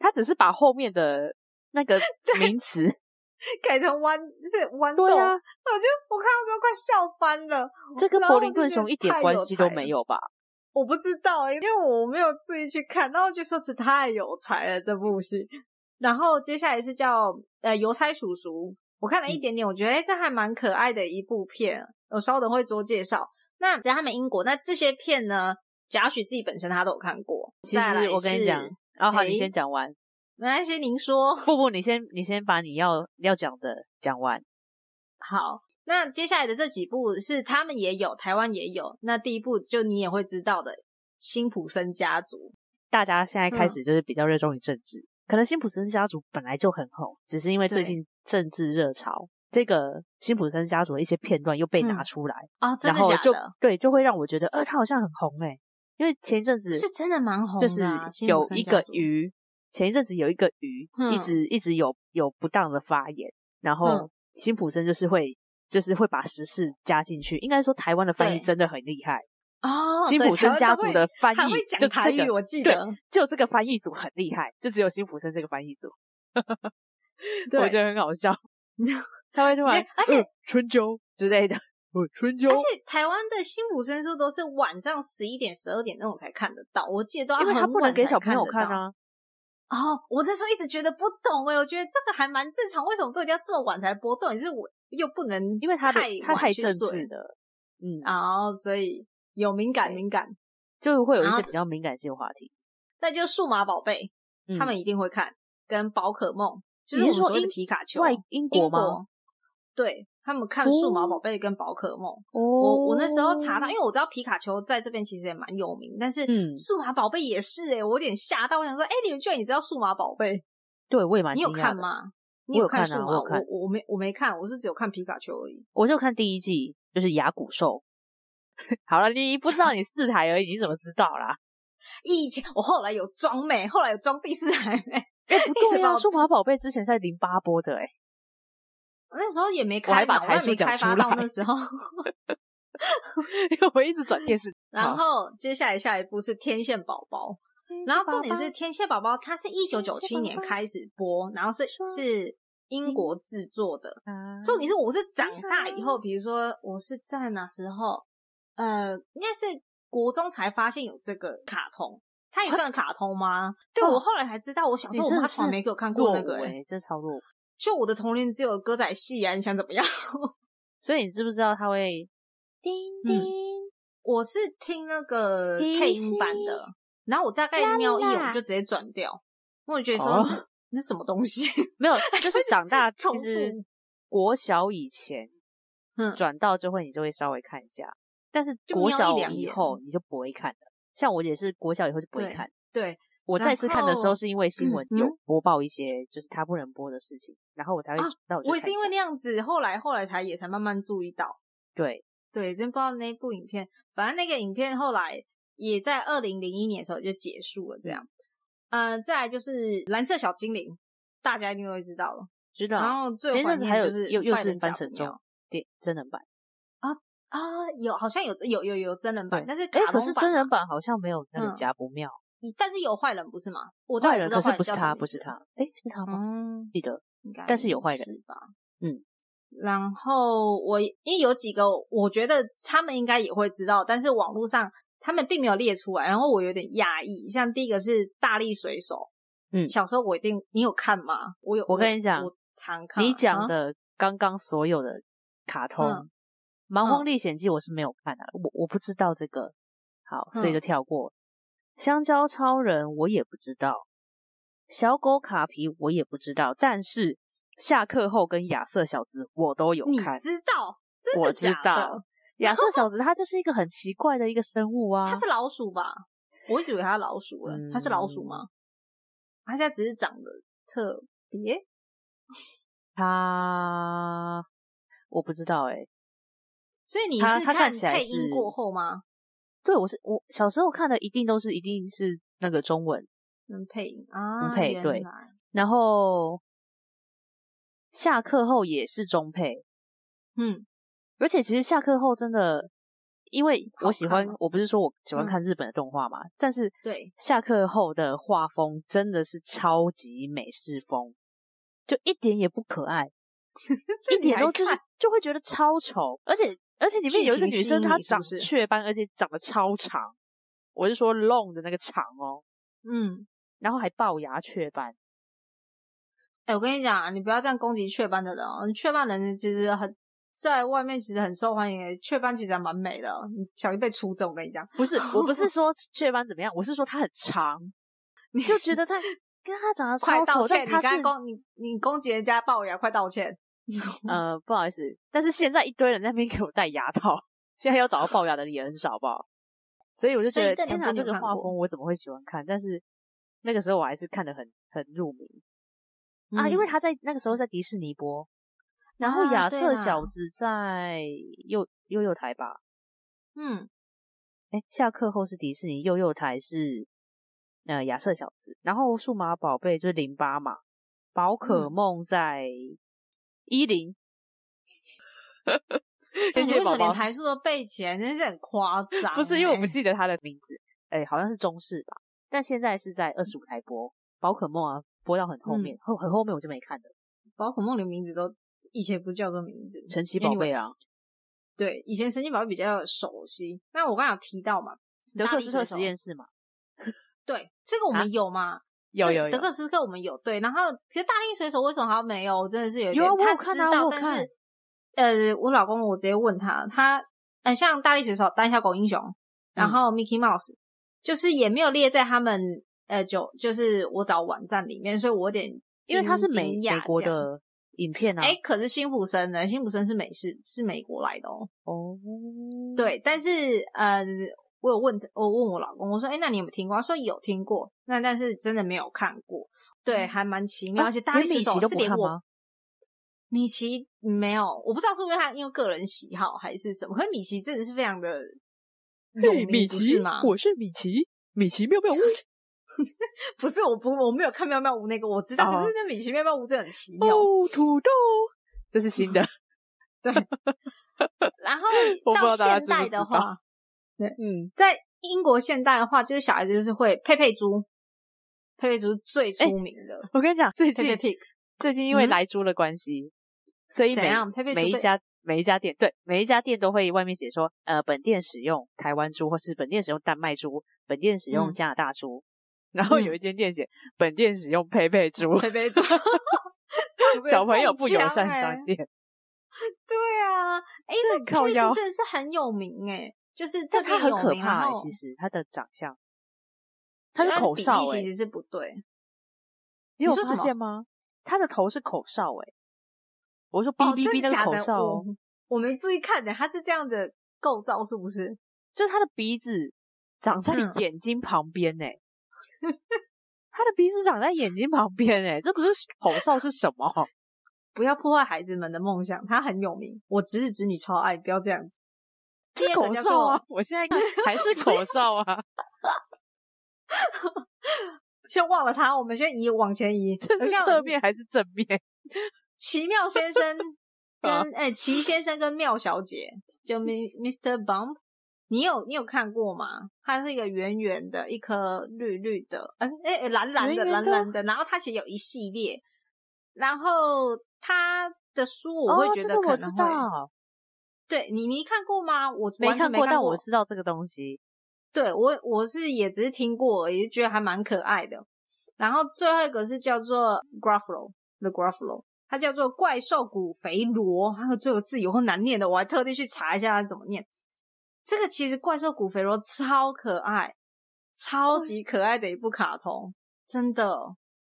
Speaker 2: 他只是把后面的那个名词，
Speaker 3: 改成豌是豌豆，
Speaker 2: 对 啊，
Speaker 3: 我就我看到之后快笑翻了，
Speaker 2: 这跟
Speaker 3: 然
Speaker 2: 柏
Speaker 3: 后
Speaker 2: 林
Speaker 3: 我就
Speaker 2: 顿
Speaker 3: 觉得
Speaker 2: 熊一点
Speaker 3: 太
Speaker 2: 关
Speaker 3: 有
Speaker 2: 系都
Speaker 3: 才
Speaker 2: 没
Speaker 3: 了
Speaker 2: 有吧？
Speaker 3: 我不知道、欸，因为我没有注意去看，然后就说这太有才了这部戏。然后接下来是叫呃邮差叔叔，我看了
Speaker 2: 嗯
Speaker 3: 一点点，我觉得哎、诶这还蛮可爱的一部片，我稍等会做介绍。那在他们英国，那这些片呢，贾许自己本身他都有看过。
Speaker 2: 其实我跟你讲，哦，好，你
Speaker 3: 诶
Speaker 2: 先讲完。
Speaker 3: 没关系，您说
Speaker 2: 不不，你先你先把你要要讲的讲完。
Speaker 3: 好。那接下来的这几部是他们也有，台湾也有。那第一部就你也会知道的《辛普森家族》，
Speaker 2: 大家现在开
Speaker 3: 嗯
Speaker 2: 始就是比较热衷于政治，可能辛普森家族本来就很红，只是因为最
Speaker 3: 对
Speaker 2: 近政治热潮，这个辛普森家族的一些片段又被拿
Speaker 3: 嗯
Speaker 2: 出来，
Speaker 3: 哦，真
Speaker 2: 然
Speaker 3: 的
Speaker 2: 后
Speaker 3: 假
Speaker 2: 就
Speaker 3: 的？
Speaker 2: 对就会让我觉得，呃，他好像很红诶、因为前一阵子
Speaker 3: 是真的蛮红的
Speaker 2: 就是
Speaker 3: 啊辛普
Speaker 2: 有
Speaker 3: 森
Speaker 2: 一
Speaker 3: 家
Speaker 2: 个
Speaker 3: 族
Speaker 2: 鱼，前一阵子有一个鱼、一
Speaker 3: 嗯
Speaker 2: 直一直有有不当的发言，然后
Speaker 3: 嗯
Speaker 2: 辛普森就是会就是会把时事加进去。应该说台湾的翻译
Speaker 3: 对
Speaker 2: 真的很厉害，
Speaker 3: 哦，
Speaker 2: 辛
Speaker 3: 对
Speaker 2: 普森家族的翻
Speaker 3: 台
Speaker 2: 译
Speaker 3: 湾都会还会讲
Speaker 2: 就
Speaker 3: 台
Speaker 2: 这
Speaker 3: 语，
Speaker 2: 个，
Speaker 3: 我记得。
Speaker 2: 就这个翻译组很厉害，就只有辛普森这个翻译组，我觉
Speaker 3: 对，
Speaker 2: 得很好笑。他会突然，
Speaker 3: 而且
Speaker 2: 呃春秋之类的，呃春秋
Speaker 3: 而，且台湾的辛普森书都是晚上十一点、十二点那种才看得到，我记得都要
Speaker 2: 因为他
Speaker 3: 很
Speaker 2: 不能
Speaker 3: 晚
Speaker 2: 给
Speaker 3: 才
Speaker 2: 小朋友看
Speaker 3: 看得到。
Speaker 2: 啊。
Speaker 3: 哦，我那时候一直觉得不懂哎，我觉得这个还蛮正常，为什么都一定要这么晚才播？重点是我又不能
Speaker 2: 因为他的
Speaker 3: 太
Speaker 2: 他
Speaker 3: 晚
Speaker 2: 太
Speaker 3: 去
Speaker 2: 政
Speaker 3: 睡
Speaker 2: 治了，嗯，
Speaker 3: 哦，所以有敏感
Speaker 2: 对
Speaker 3: 敏感。
Speaker 2: 就会有一
Speaker 3: 然后
Speaker 2: 些比较敏感性的话题。
Speaker 3: 那就是数码宝贝，
Speaker 2: 嗯
Speaker 3: 他们一定会看，跟宝可梦，就是
Speaker 2: 你
Speaker 3: 我
Speaker 2: 是说
Speaker 3: 们所谓的
Speaker 2: 英
Speaker 3: 皮卡丘。
Speaker 2: 外英
Speaker 3: 英
Speaker 2: 国吗？
Speaker 3: 对他们看数码宝贝跟宝可梦。
Speaker 2: 哦，
Speaker 3: 我我那时候查到，因为我知道皮卡丘在这边其实也蛮有名，但是
Speaker 2: 嗯
Speaker 3: 数码宝贝也是诶、欸我有点吓到，我想说，哎、你们居然也知道数码宝贝？
Speaker 2: 对我也蛮
Speaker 3: 你
Speaker 2: 惊
Speaker 3: 有
Speaker 2: 讶
Speaker 3: 看
Speaker 2: 的？
Speaker 3: 吗？
Speaker 2: 我
Speaker 3: 你
Speaker 2: 有
Speaker 3: 看
Speaker 2: 看啊
Speaker 3: 数码？
Speaker 2: 我有看
Speaker 3: 我我没我没看，我是只有看皮卡丘而已。
Speaker 2: 我就看第一季，就是牙骨兽。 好了，你不知道你四台而已，你怎么知道 啦？
Speaker 3: 以前我后来有装妹，后来有装第四台妹，
Speaker 2: 不
Speaker 3: 一直
Speaker 2: 对
Speaker 3: 把
Speaker 2: 啊，
Speaker 3: 我
Speaker 2: 数码宝贝之前是在零八播的哎、
Speaker 3: 那时候也没
Speaker 2: 我
Speaker 3: 开
Speaker 2: 还把
Speaker 3: 脑，我
Speaker 2: 台
Speaker 3: 也
Speaker 2: 数
Speaker 3: 没
Speaker 2: 讲
Speaker 3: 开
Speaker 2: 出
Speaker 3: 发到
Speaker 2: 来
Speaker 3: 那时候。
Speaker 2: 因为我一直转电视。好
Speaker 3: 然后接下来下一步是天线宝宝， 然后重点是《天蝎宝宝》，它是一九九七年开始播，然后是
Speaker 2: 说
Speaker 3: 是英国制作的。
Speaker 2: 啊
Speaker 3: 重点是我是长大以后，比如说我是在哪时候，呃，应该是国中才发现有这个卡通，它也算卡通吗？对，
Speaker 2: 啊哦
Speaker 3: 我后来才知道，我小时
Speaker 2: 你
Speaker 3: 候我
Speaker 2: 真
Speaker 3: 妈
Speaker 2: 的
Speaker 3: 从来没给我看
Speaker 2: 落
Speaker 3: 过那
Speaker 2: 伍
Speaker 3: 个、
Speaker 2: 哎、
Speaker 3: 欸，
Speaker 2: 这超落伍。
Speaker 3: 就我的童年只有歌仔戏啊，你想怎么样？
Speaker 2: 所以你知不知道他会叮
Speaker 3: 嗯我是听那个配音版的，然后我大概瞄一眼我就直接转掉，因为我觉得说、
Speaker 2: 哦
Speaker 3: 那那什么东西，
Speaker 2: 没有？就是长大
Speaker 3: 重
Speaker 2: 其
Speaker 3: 复
Speaker 2: 实国小以前
Speaker 3: 嗯
Speaker 2: 转到就会你就会稍微看一下，但是
Speaker 3: 就
Speaker 2: 国
Speaker 3: 瞄一
Speaker 2: 小
Speaker 3: 两
Speaker 2: 以
Speaker 3: 眼
Speaker 2: 后你就不会看了。像我也是国小以后就不会
Speaker 3: 对
Speaker 2: 看。
Speaker 3: 对，
Speaker 2: 我
Speaker 3: 然
Speaker 2: 再次看的时候
Speaker 3: 后
Speaker 2: 是因为新闻
Speaker 3: 嗯
Speaker 2: 有
Speaker 3: 嗯
Speaker 2: 播报一些就是他不能播的事情，然后我才会
Speaker 3: 啊
Speaker 2: 那我就
Speaker 3: 我也
Speaker 2: 看
Speaker 3: 是
Speaker 2: 一
Speaker 3: 因为
Speaker 2: 下
Speaker 3: 那样子，后来后来才也才慢慢注意到。
Speaker 2: 对
Speaker 3: 对，真不知道那部影片，反正那个影片后来也在二零零一年的时候就结束了。这样，呃，再来就是蓝色小精灵，大家一定都会知道了。
Speaker 2: 知道。
Speaker 3: 然后最
Speaker 2: 前
Speaker 3: 怀
Speaker 2: 阵子
Speaker 3: 念
Speaker 2: 还有
Speaker 3: 就是
Speaker 2: 又又
Speaker 3: 拜
Speaker 2: 是
Speaker 3: 仁
Speaker 2: 翻
Speaker 3: 小
Speaker 2: 成
Speaker 3: 姑
Speaker 2: 中
Speaker 3: 娘
Speaker 2: 电真人版，
Speaker 3: 啊，有好像有有有有真人版
Speaker 2: 对，
Speaker 3: 但是
Speaker 2: 哎
Speaker 3: 卡，通
Speaker 2: 可
Speaker 3: 版
Speaker 2: 是真人版好像没有那个
Speaker 3: 嗯
Speaker 2: 家不妙，
Speaker 3: 你但是有坏人不是吗？我但
Speaker 2: 坏
Speaker 3: 我
Speaker 2: 人
Speaker 3: 知
Speaker 2: 可
Speaker 3: 道
Speaker 2: 是
Speaker 3: 坏
Speaker 2: 不是
Speaker 3: 叫什么
Speaker 2: 他，
Speaker 3: 名
Speaker 2: 不是
Speaker 3: 字
Speaker 2: 他，哎，是他吗？
Speaker 3: 嗯，
Speaker 2: 记得
Speaker 3: 应该
Speaker 2: 但是有坏人
Speaker 3: 是吧？
Speaker 2: 嗯，
Speaker 3: 然后我因为有几个，我觉得他们应该也会知道，但是网络上他们并没有列出来，然后我有点讶异。像第一个是大力水手，
Speaker 2: 嗯
Speaker 3: 小时候我一定你有看吗？我有，
Speaker 2: 我跟你讲
Speaker 3: 我常看
Speaker 2: 你讲
Speaker 3: 啊
Speaker 2: 的刚刚所有的卡通《
Speaker 3: 嗯
Speaker 2: 蛮荒历险记》，我是没有看的、我我不知道这个，好，所以
Speaker 3: 嗯
Speaker 2: 就跳过。香蕉超人我也不知道，小狗卡皮我也不知道，但是下课后跟亚瑟小子我都有
Speaker 3: 你
Speaker 2: 看。
Speaker 3: 知道，真
Speaker 2: 我
Speaker 3: 的
Speaker 2: 知
Speaker 3: 假
Speaker 2: 道
Speaker 3: 的？
Speaker 2: 亚瑟小子他就是一个很奇怪的一个生物啊
Speaker 3: 它，是老鼠吧？我一直以为它是老鼠诶，它是老鼠吗？
Speaker 2: 嗯
Speaker 3: 它现在只是长得特别
Speaker 2: 他我不知道哎、
Speaker 3: 所以你
Speaker 2: 它
Speaker 3: 是
Speaker 2: 它看
Speaker 3: 看
Speaker 2: 起来
Speaker 3: 配
Speaker 2: 是
Speaker 3: 音过后吗？
Speaker 2: 对我是我小时候看的一定都是一定是那个中文。
Speaker 3: 能配音啊，
Speaker 2: 能嗯配
Speaker 3: 原
Speaker 2: 对
Speaker 3: 来
Speaker 2: 然后下课后也是中配，
Speaker 3: 嗯，
Speaker 2: 而且其实下课后真的，因为
Speaker 3: 好
Speaker 2: 我喜欢
Speaker 3: 看吗，
Speaker 2: 我不是说我喜欢
Speaker 3: 嗯
Speaker 2: 看日本的动画嘛，但是
Speaker 3: 对，
Speaker 2: 下课后的画风真的是超级美式风，就一点也不可爱，
Speaker 3: 这
Speaker 2: 一
Speaker 3: 你
Speaker 2: 点
Speaker 3: 还
Speaker 2: 都就是
Speaker 3: 看
Speaker 2: 就会觉得超丑，而且而且里面有一个
Speaker 3: 剧情
Speaker 2: 女生
Speaker 3: 吸引
Speaker 2: 她
Speaker 3: 你是
Speaker 2: 长
Speaker 3: 不是
Speaker 2: 雀斑，而且长得超长，我是说 long 的那个长哦，
Speaker 3: 嗯，
Speaker 2: 然后还龅牙雀斑。
Speaker 3: 哎、我跟你讲啊，你不要这样攻击雀斑的人哦，雀斑人其实很。在外面其实很受欢迎诶，雀斑其实还蛮美的哦。你小心被出征，我跟你讲，
Speaker 2: 不是，我不是 说雀斑怎么样，我是说它很长，你就觉得它跟它长得
Speaker 3: 快
Speaker 2: 超
Speaker 3: 道
Speaker 2: 丑，
Speaker 3: 歉！
Speaker 2: 但
Speaker 3: 你
Speaker 2: 它
Speaker 3: 刚
Speaker 2: 是
Speaker 3: 才攻你你攻击人家龅牙，快道歉！
Speaker 2: 呃不好意思，但是现在一堆人在那边给我戴牙套，现在要找到龅牙的也很少，好不好？所以我就觉
Speaker 3: 所以
Speaker 2: 得
Speaker 3: 邓
Speaker 2: 天
Speaker 3: 肯
Speaker 2: 哪，
Speaker 3: 你
Speaker 2: 这
Speaker 3: 有
Speaker 2: 个
Speaker 3: 看
Speaker 2: 画
Speaker 3: 过
Speaker 2: 风我怎么会喜欢看？但是那个时候我还是看得很很入迷
Speaker 3: 嗯
Speaker 2: 啊，因为他在那个时候在迪士尼播，然后
Speaker 3: 啊
Speaker 2: 亚
Speaker 3: 对
Speaker 2: 瑟
Speaker 3: 啦
Speaker 2: 小子在幼幼幼台吧，
Speaker 3: 嗯，
Speaker 2: 哎，下课后是迪士尼，幼幼台是呃亚瑟小子，然后数码宝贝就是零八嘛，宝可
Speaker 3: 嗯
Speaker 2: 梦在一零、谢
Speaker 3: 但嗯你
Speaker 2: 谢
Speaker 3: 为什么
Speaker 2: 宝
Speaker 3: 连
Speaker 2: 宝。
Speaker 3: 台数都背起来？真是很 夸张欸、
Speaker 2: 不是因为我 不记得他的名字，哎，好像是中视吧，但现在是在二十五台播宝可梦啊，播到很后面，
Speaker 3: 嗯
Speaker 2: 后很后面我就没看了。
Speaker 3: 宝可梦的名字都以前不叫做名字，
Speaker 2: 神奇宝
Speaker 3: Anyway，
Speaker 2: 贝啊，
Speaker 3: 对，以前神奇宝贝比较熟悉。那我刚刚有提到嘛，
Speaker 2: 德
Speaker 3: 大
Speaker 2: 克
Speaker 3: 力
Speaker 2: 斯
Speaker 3: 水
Speaker 2: 特
Speaker 3: 手啊
Speaker 2: 实验室嘛，
Speaker 3: 对，这个我
Speaker 2: 啊
Speaker 3: 们有吗？
Speaker 2: 有
Speaker 3: 这
Speaker 2: 有有
Speaker 3: 德，克斯特我们有对，然后可是大力水手为什么好像没有？我真的是有一
Speaker 2: 有
Speaker 3: 点
Speaker 2: 啊我有
Speaker 3: 他
Speaker 2: 看
Speaker 3: 知
Speaker 2: 啊我
Speaker 3: 道，
Speaker 2: 有
Speaker 3: 但是呃，我老公我直接问他，他呃像大力水手、胆小狗英雄，然
Speaker 2: 嗯
Speaker 3: 后 Mickey Mouse，、就是也没有列在他们呃九，就是我找网站里面，所以我有点
Speaker 2: 因为
Speaker 3: 惊
Speaker 2: 它是
Speaker 3: 惊
Speaker 2: 美
Speaker 3: 讶
Speaker 2: 美国
Speaker 3: 这样。
Speaker 2: 的影片啊，
Speaker 3: 哎，可是辛普森呢？辛普森是美式，是美国来的哦。
Speaker 2: 哦，
Speaker 3: 对，但是呃，我有问他我问我老公，我说：“哎、那你有没有听过？”他说有听过，那但是真的没有看过。对，还蛮奇妙，
Speaker 2: 啊
Speaker 3: 而且大
Speaker 2: 连
Speaker 3: 力水
Speaker 2: 米奇
Speaker 3: 手
Speaker 2: 都
Speaker 3: 是
Speaker 2: 不
Speaker 3: 连
Speaker 2: 看
Speaker 3: 我
Speaker 2: 吗
Speaker 3: 米奇嗯没有，我不知道是不是他因为个人喜好还是什么，可是米奇真的是非常的有
Speaker 2: 嘿
Speaker 3: 名，不是吗？
Speaker 2: 是米奇，米奇妙妙屋。
Speaker 3: 不是，我不我没有看妙妙屋那个，我知道，
Speaker 2: 哦
Speaker 3: 可是那米奇妙妙屋真的很奇妙。，
Speaker 2: 土豆，这是 新的。
Speaker 3: 然后
Speaker 2: 我不知道
Speaker 3: 到
Speaker 2: 大家
Speaker 3: 现
Speaker 2: 知不
Speaker 3: 代
Speaker 2: 知
Speaker 3: 的
Speaker 2: 道
Speaker 3: 话，
Speaker 2: 嗯，
Speaker 3: 在英国现代的话，就是小孩子就是会佩佩猪，佩佩猪是最出
Speaker 2: 哎
Speaker 3: 名的。
Speaker 2: 我跟你讲，最
Speaker 3: 佩
Speaker 2: 近
Speaker 3: 佩 pig
Speaker 2: 最近因为
Speaker 3: 嗯
Speaker 2: 莱猪的关系，所以
Speaker 3: 怎
Speaker 2: 每
Speaker 3: 样佩佩猪
Speaker 2: 每一
Speaker 3: 被
Speaker 2: 家每一家店对每一家店都会外面写说，呃，本店使用台湾猪，或是本店使用丹麦猪，本店使用
Speaker 3: 嗯
Speaker 2: 加拿大猪。然后
Speaker 3: 嗯
Speaker 2: 有一间店写本店使用佩佩猪，
Speaker 3: 佩佩 猪，
Speaker 2: 小朋友不友善商
Speaker 3: 商
Speaker 2: 店。
Speaker 3: 对啊，哎、
Speaker 2: 这
Speaker 3: 那
Speaker 2: 很
Speaker 3: 佩
Speaker 2: 靠
Speaker 3: 佩
Speaker 2: 腰
Speaker 3: 猪真的是很有名哎、就是
Speaker 2: 但
Speaker 3: 这
Speaker 2: 它
Speaker 3: 边
Speaker 2: 很
Speaker 3: 有
Speaker 2: 可
Speaker 3: 名，然
Speaker 2: 怕、欸，
Speaker 3: 后
Speaker 2: 其实它的长相，它是
Speaker 3: 的
Speaker 2: 口
Speaker 3: 比例
Speaker 2: 哨哎、
Speaker 3: 其实是不对。
Speaker 2: 你
Speaker 3: 你
Speaker 2: 有
Speaker 3: 说
Speaker 2: 发
Speaker 3: 什么
Speaker 2: 现吗？他的头是口哨哎、我说哔哔哔
Speaker 3: 哦真的
Speaker 2: 那个
Speaker 3: 假
Speaker 2: 口
Speaker 3: 的
Speaker 2: 哨、哦，
Speaker 3: 欸我我没注意看的，它是这样的构造是不是？
Speaker 2: 就是他的鼻子长在
Speaker 3: 嗯
Speaker 2: 眼睛旁边 呢、他的鼻子长在眼睛旁边哎、这不是口哨是什 么？
Speaker 3: 不要破坏孩子们的梦想，他很有名。我侄子侄女超爱，不要这样子。第
Speaker 2: 是
Speaker 3: 二个
Speaker 2: 口
Speaker 3: 叫
Speaker 2: 哨啊
Speaker 3: 做！
Speaker 2: 我 现在看还是口哨啊，
Speaker 3: 先忘了他，我们先移往前移。
Speaker 2: 这是
Speaker 3: 像
Speaker 2: 侧面还是正面？
Speaker 3: 奇妙先 生
Speaker 2: 啊
Speaker 3: 跟哎奇先生跟妙小姐，就 Mi- Mr. Bump，你有你有看过吗？它是一个圆圆的，一颗绿绿的，嗯哎哎蓝蓝的
Speaker 2: 圆圆的
Speaker 3: 蓝蓝的，然后它其实有一系列，然后它的书我会觉
Speaker 2: 哦、这
Speaker 3: 得
Speaker 2: 个
Speaker 3: 可
Speaker 2: 我知
Speaker 3: 能会，
Speaker 2: 道，
Speaker 3: 对你你看过吗？我
Speaker 2: 没
Speaker 3: 完全
Speaker 2: 看
Speaker 3: 没
Speaker 2: 过，
Speaker 3: 过，
Speaker 2: 但我知道这个东西。
Speaker 3: 对我我是也只是听过而已，也觉得还蛮可爱的。然后最后一个是叫做 Gruffalo The Gruffalo，它叫做怪兽骨肥螺，它这个字有够难念的，我还特地去查一下它怎么念。这个其实怪兽骨肥螺超可爱，超级可爱的一部卡通，真的。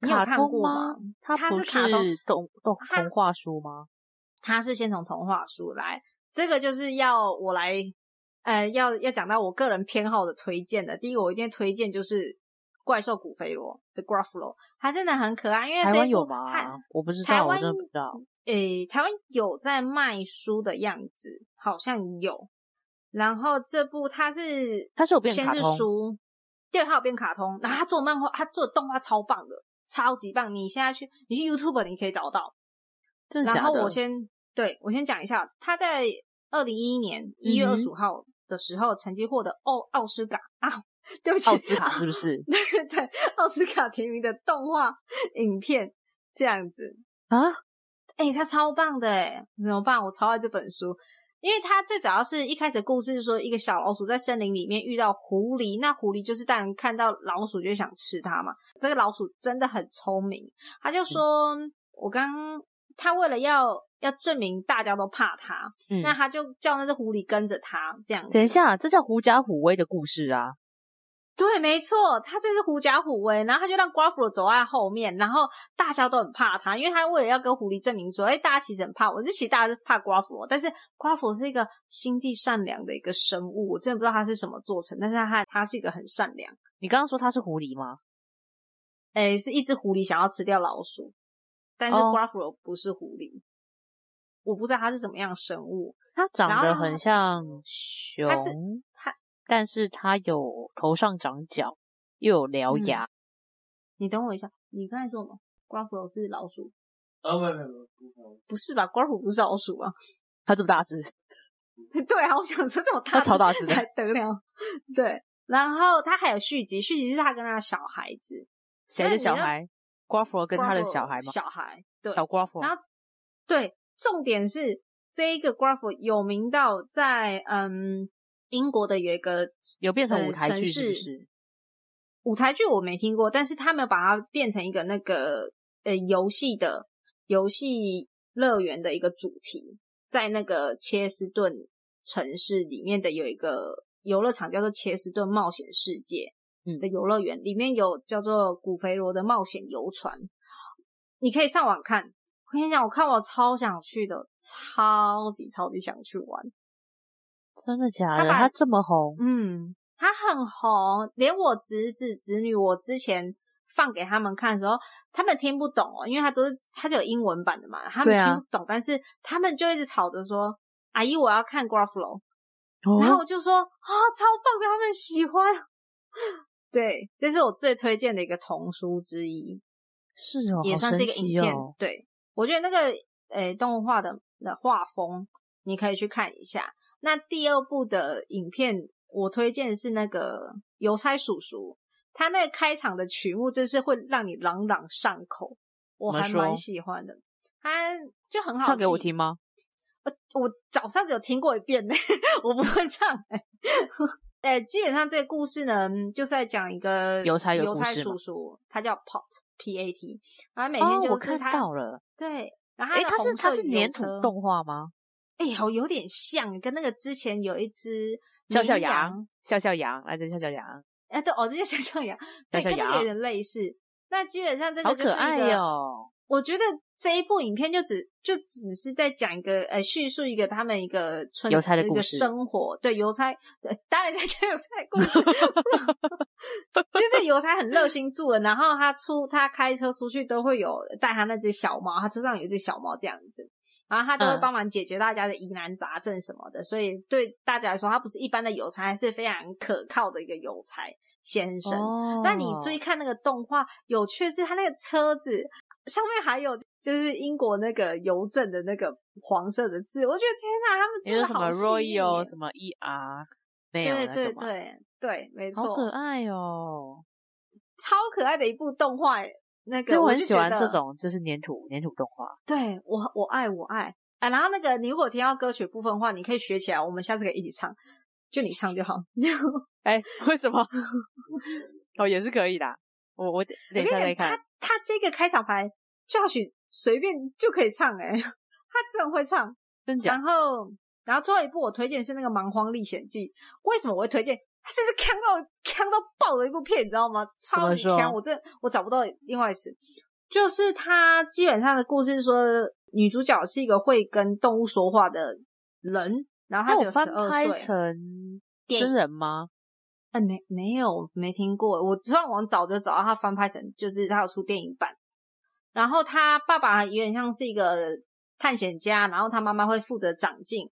Speaker 3: 你有
Speaker 2: 卡
Speaker 3: 看
Speaker 2: 通
Speaker 3: 过吗
Speaker 2: 吗？？它
Speaker 3: 它
Speaker 2: 不
Speaker 3: 是卡通
Speaker 2: 动动
Speaker 3: 它
Speaker 2: 童话书吗？
Speaker 3: 它是先从童话书来，这个就是要我来，呃，要要讲到我个人偏好的推荐的。第一个我一定会推荐就是《怪兽古肥罗》的 Gruffalo，它真的很可爱，因为
Speaker 2: 台
Speaker 3: 这
Speaker 2: 湾
Speaker 3: 一
Speaker 2: 有
Speaker 3: 部它
Speaker 2: 吗？我不知
Speaker 3: 台
Speaker 2: 道，我
Speaker 3: 湾
Speaker 2: 真的不知道。
Speaker 3: 诶，台湾有在卖书的样子，好像有。然后这部它是
Speaker 2: 它是有变
Speaker 3: 先
Speaker 2: 卡
Speaker 3: 是
Speaker 2: 通
Speaker 3: 书，对，它有变卡通，然后它做漫画，它做的动画超棒的，超级棒。你现在去你去 YouTube 你可以找到，
Speaker 2: 真的
Speaker 3: 然
Speaker 2: 假
Speaker 3: 后
Speaker 2: 的？
Speaker 3: 我先对我先讲一下，他在二零一一年一月
Speaker 2: 嗯
Speaker 3: 二
Speaker 2: 哼
Speaker 3: 十五号的时候，曾经获得奥奥斯卡啊，对不起，
Speaker 2: 奥斯卡是不是
Speaker 3: 对 对奥斯卡提名的动画影片这样子。
Speaker 2: 啊？
Speaker 3: 哎、他超棒的哎，怎么办？我超爱这本书，因为它最主要是一开始故事是说一个小老鼠在森林里面遇到狐狸，那狐狸就是当然看到老鼠就想吃它嘛。这个老鼠真的很聪明，他
Speaker 2: 嗯
Speaker 3: 就说：“我刚他为了要要证明大家都怕他，
Speaker 2: 嗯
Speaker 3: 那他就叫那只狐狸跟着他这样子。”
Speaker 2: 等一下，这叫狐假虎威的故事啊！
Speaker 3: 对，没错，他这是狐假虎威，然后他就让 Gruffalo 走在后面，然后大家都很怕他，因为他为了要跟狐狸证明说，哎，大家其实很怕我，就其实大家是怕 Gruffalo，但是 Gruffalo 是一个心地善良的一个生物，我真的不知道他是什么做成，但是他他是一个很善良，
Speaker 2: 你刚刚说它是狐狸吗？
Speaker 3: 哎，是一只狐狸想要吃掉老鼠，但是
Speaker 2: 哦
Speaker 3: Gruffalo 不是狐狸，我不知道他是什么样的生物，
Speaker 2: 它长得
Speaker 3: 然后
Speaker 2: 很像熊
Speaker 3: 它是，它
Speaker 2: 但是它有头上长角，又有獠
Speaker 3: 嗯
Speaker 2: 牙。
Speaker 3: 你等我一下，你刚才说什么？Gruffalo 是老鼠？
Speaker 1: 哦，没有没有没有，
Speaker 3: 不是吧？Gruffalo 不是老鼠啊？
Speaker 2: 它这么大只，
Speaker 3: 对啊，我想说这么大
Speaker 2: 它
Speaker 3: 的
Speaker 2: 超大只的
Speaker 3: 才。得了。对，然后他还有续集，续集是他跟他的小孩子，
Speaker 2: 谁
Speaker 3: 那
Speaker 2: 的
Speaker 3: 你
Speaker 2: 小
Speaker 3: 要
Speaker 2: 孩？瓜佛跟他的小孩
Speaker 3: Gruffalo，
Speaker 2: 吗？
Speaker 3: 小孩，对
Speaker 2: 小瓜佛
Speaker 3: 然。后对，重点是这一个 Gruff 有名到在嗯英国的有一个
Speaker 2: 有变成
Speaker 3: 呃
Speaker 2: 舞台
Speaker 3: 城
Speaker 2: 剧是不
Speaker 3: 市
Speaker 2: 是？
Speaker 3: 舞台剧我没听过，但是他们把它变成一个那个呃游戏的游戏乐园的一个主题，在那个切斯顿城市里面的有一个游乐场叫做切斯顿冒险世界
Speaker 2: 嗯
Speaker 3: 的游乐园，里面有叫做古肥罗的冒险游船，你可以上网看。我跟你讲，我看我超想去的，超级超级想去玩。
Speaker 2: 真的假
Speaker 3: 它
Speaker 2: 的？
Speaker 3: 把
Speaker 2: 它这么红，
Speaker 3: 嗯，他很红，连我侄子侄女，我之前放给他们看的时候，他们听不懂哦，因为他都是他就有英文版的嘛，他们
Speaker 2: 对啊
Speaker 3: 听不懂，但是他们就一直吵着说：“阿姨，我要看 Gruffalo。”然后
Speaker 2: 哦，
Speaker 3: 我就说：“啊、超棒的，他们喜欢。” 对，这是我最推荐的一个童书之一，
Speaker 2: 是哦，
Speaker 3: 也
Speaker 2: 好
Speaker 3: 算是
Speaker 2: 神
Speaker 3: 一个
Speaker 2: 奇
Speaker 3: 影片。
Speaker 2: 哦。
Speaker 3: 对，我觉得那个诶动画的的画风，你可以去看一下。那第二部的影片，我推荐的是那个邮差叔叔，他那个开场的曲目真是会让你朗朗上口，我还
Speaker 2: 怎么说
Speaker 3: 蛮喜欢的。他就很好，
Speaker 2: 唱给我。听吗？
Speaker 3: 呃，我早上只有听过一遍呢， 我不会唱、欸。呃，基本上这个故事呢，嗯就是在讲一个
Speaker 2: 邮差有
Speaker 3: 邮
Speaker 2: 故
Speaker 3: 差
Speaker 2: 事
Speaker 3: 叔
Speaker 2: 吗
Speaker 3: 叔，他叫 Pot P A T，然后每天
Speaker 2: 哦，
Speaker 3: 就
Speaker 2: 我
Speaker 3: 是
Speaker 2: 看
Speaker 3: 他、
Speaker 2: 到了。
Speaker 3: 对，然后
Speaker 2: 诶，
Speaker 3: 的
Speaker 2: 它是
Speaker 3: 红
Speaker 2: 它
Speaker 3: 色
Speaker 2: 是
Speaker 3: 油
Speaker 2: 粘土
Speaker 3: 车
Speaker 2: 动画吗？
Speaker 3: 哎、好有点像，跟那个之前有一只
Speaker 2: 笑笑
Speaker 3: 绵
Speaker 2: 羊，笑笑羊，来这笑笑羊，
Speaker 3: 哎、对，哦，这叫小小羊，对，
Speaker 2: 小
Speaker 3: 跟
Speaker 2: 小
Speaker 3: 那个
Speaker 2: 羊
Speaker 3: 有点类似。那基本上这
Speaker 2: 好
Speaker 3: 个就
Speaker 2: 可
Speaker 3: 是一
Speaker 2: 爱
Speaker 3: 个，
Speaker 2: 哟。
Speaker 3: 我觉得这一部影片就只就只是在讲一个呃叙述一个他们一个村
Speaker 2: 邮差的
Speaker 3: 一
Speaker 2: 故
Speaker 3: 个
Speaker 2: 事
Speaker 3: 生活，对邮差、呃当然在讲邮差的故事，就是邮差很热心助人，然后他出他开车出去都会有带他那只小猫，他车上有一只小猫这样子。然后他都会
Speaker 2: 嗯
Speaker 3: 帮忙解决大家的疑难杂症什么的，所以对大家来说，他不是一般的邮差，还是非常可靠的一个邮差先生。
Speaker 2: 哦
Speaker 3: 那你注意看那个动画，有趣是它那个车子上面还有就是英国那个邮政的那个黄色的字，我觉得天哪，他们
Speaker 2: 你
Speaker 3: 真
Speaker 2: 说
Speaker 3: 的
Speaker 2: 什么
Speaker 3: 好细腻耶
Speaker 2: Royal 什么 ER 没有那
Speaker 3: 对
Speaker 2: 个
Speaker 3: 对
Speaker 2: 吗，
Speaker 3: 对对，没错
Speaker 2: 好，可爱哦。
Speaker 3: 超可爱的一部动画耶。那
Speaker 2: 所以
Speaker 3: 个
Speaker 2: 我
Speaker 3: 我
Speaker 2: 很
Speaker 3: 就
Speaker 2: 喜
Speaker 3: 觉
Speaker 2: 欢
Speaker 3: 得
Speaker 2: 这，种就是粘土粘土动画。
Speaker 3: 对我我爱我爱啊。然后那个你如果听到歌曲部分的话，你可以学起来，我们下次可以一起唱，就你唱就好。
Speaker 2: 哎，为什么？ 哦，也是可以的。我我
Speaker 3: 我
Speaker 2: 等
Speaker 3: 跟
Speaker 2: 一
Speaker 3: 你
Speaker 2: 下再
Speaker 3: 讲，他
Speaker 2: 看。
Speaker 3: 他这个开场白，Josh 随便就可以唱哎、 他真的会唱。
Speaker 2: 真假
Speaker 3: 然？后，然后最后一部我推荐是那个《蛮荒历险记》。为什么我会推荐？它真是看到看到爆的一部片，你知道吗？超级
Speaker 2: 怎么说
Speaker 3: 强！我真我找不到另外一词。就是它基本上的故事是说，女主角是一个会跟动物说话的人，然后她
Speaker 2: 那
Speaker 3: 只
Speaker 2: 我
Speaker 3: 有十
Speaker 2: 翻
Speaker 3: 二
Speaker 2: 拍
Speaker 3: 岁。
Speaker 2: 成
Speaker 3: 电
Speaker 2: 真
Speaker 3: 影
Speaker 2: 人吗？
Speaker 3: 哎，没没有没听过。我上网找着找到它翻拍成，就是它有出电影版。然后他爸爸有点像是一个探险家，然后他妈妈会负责长镜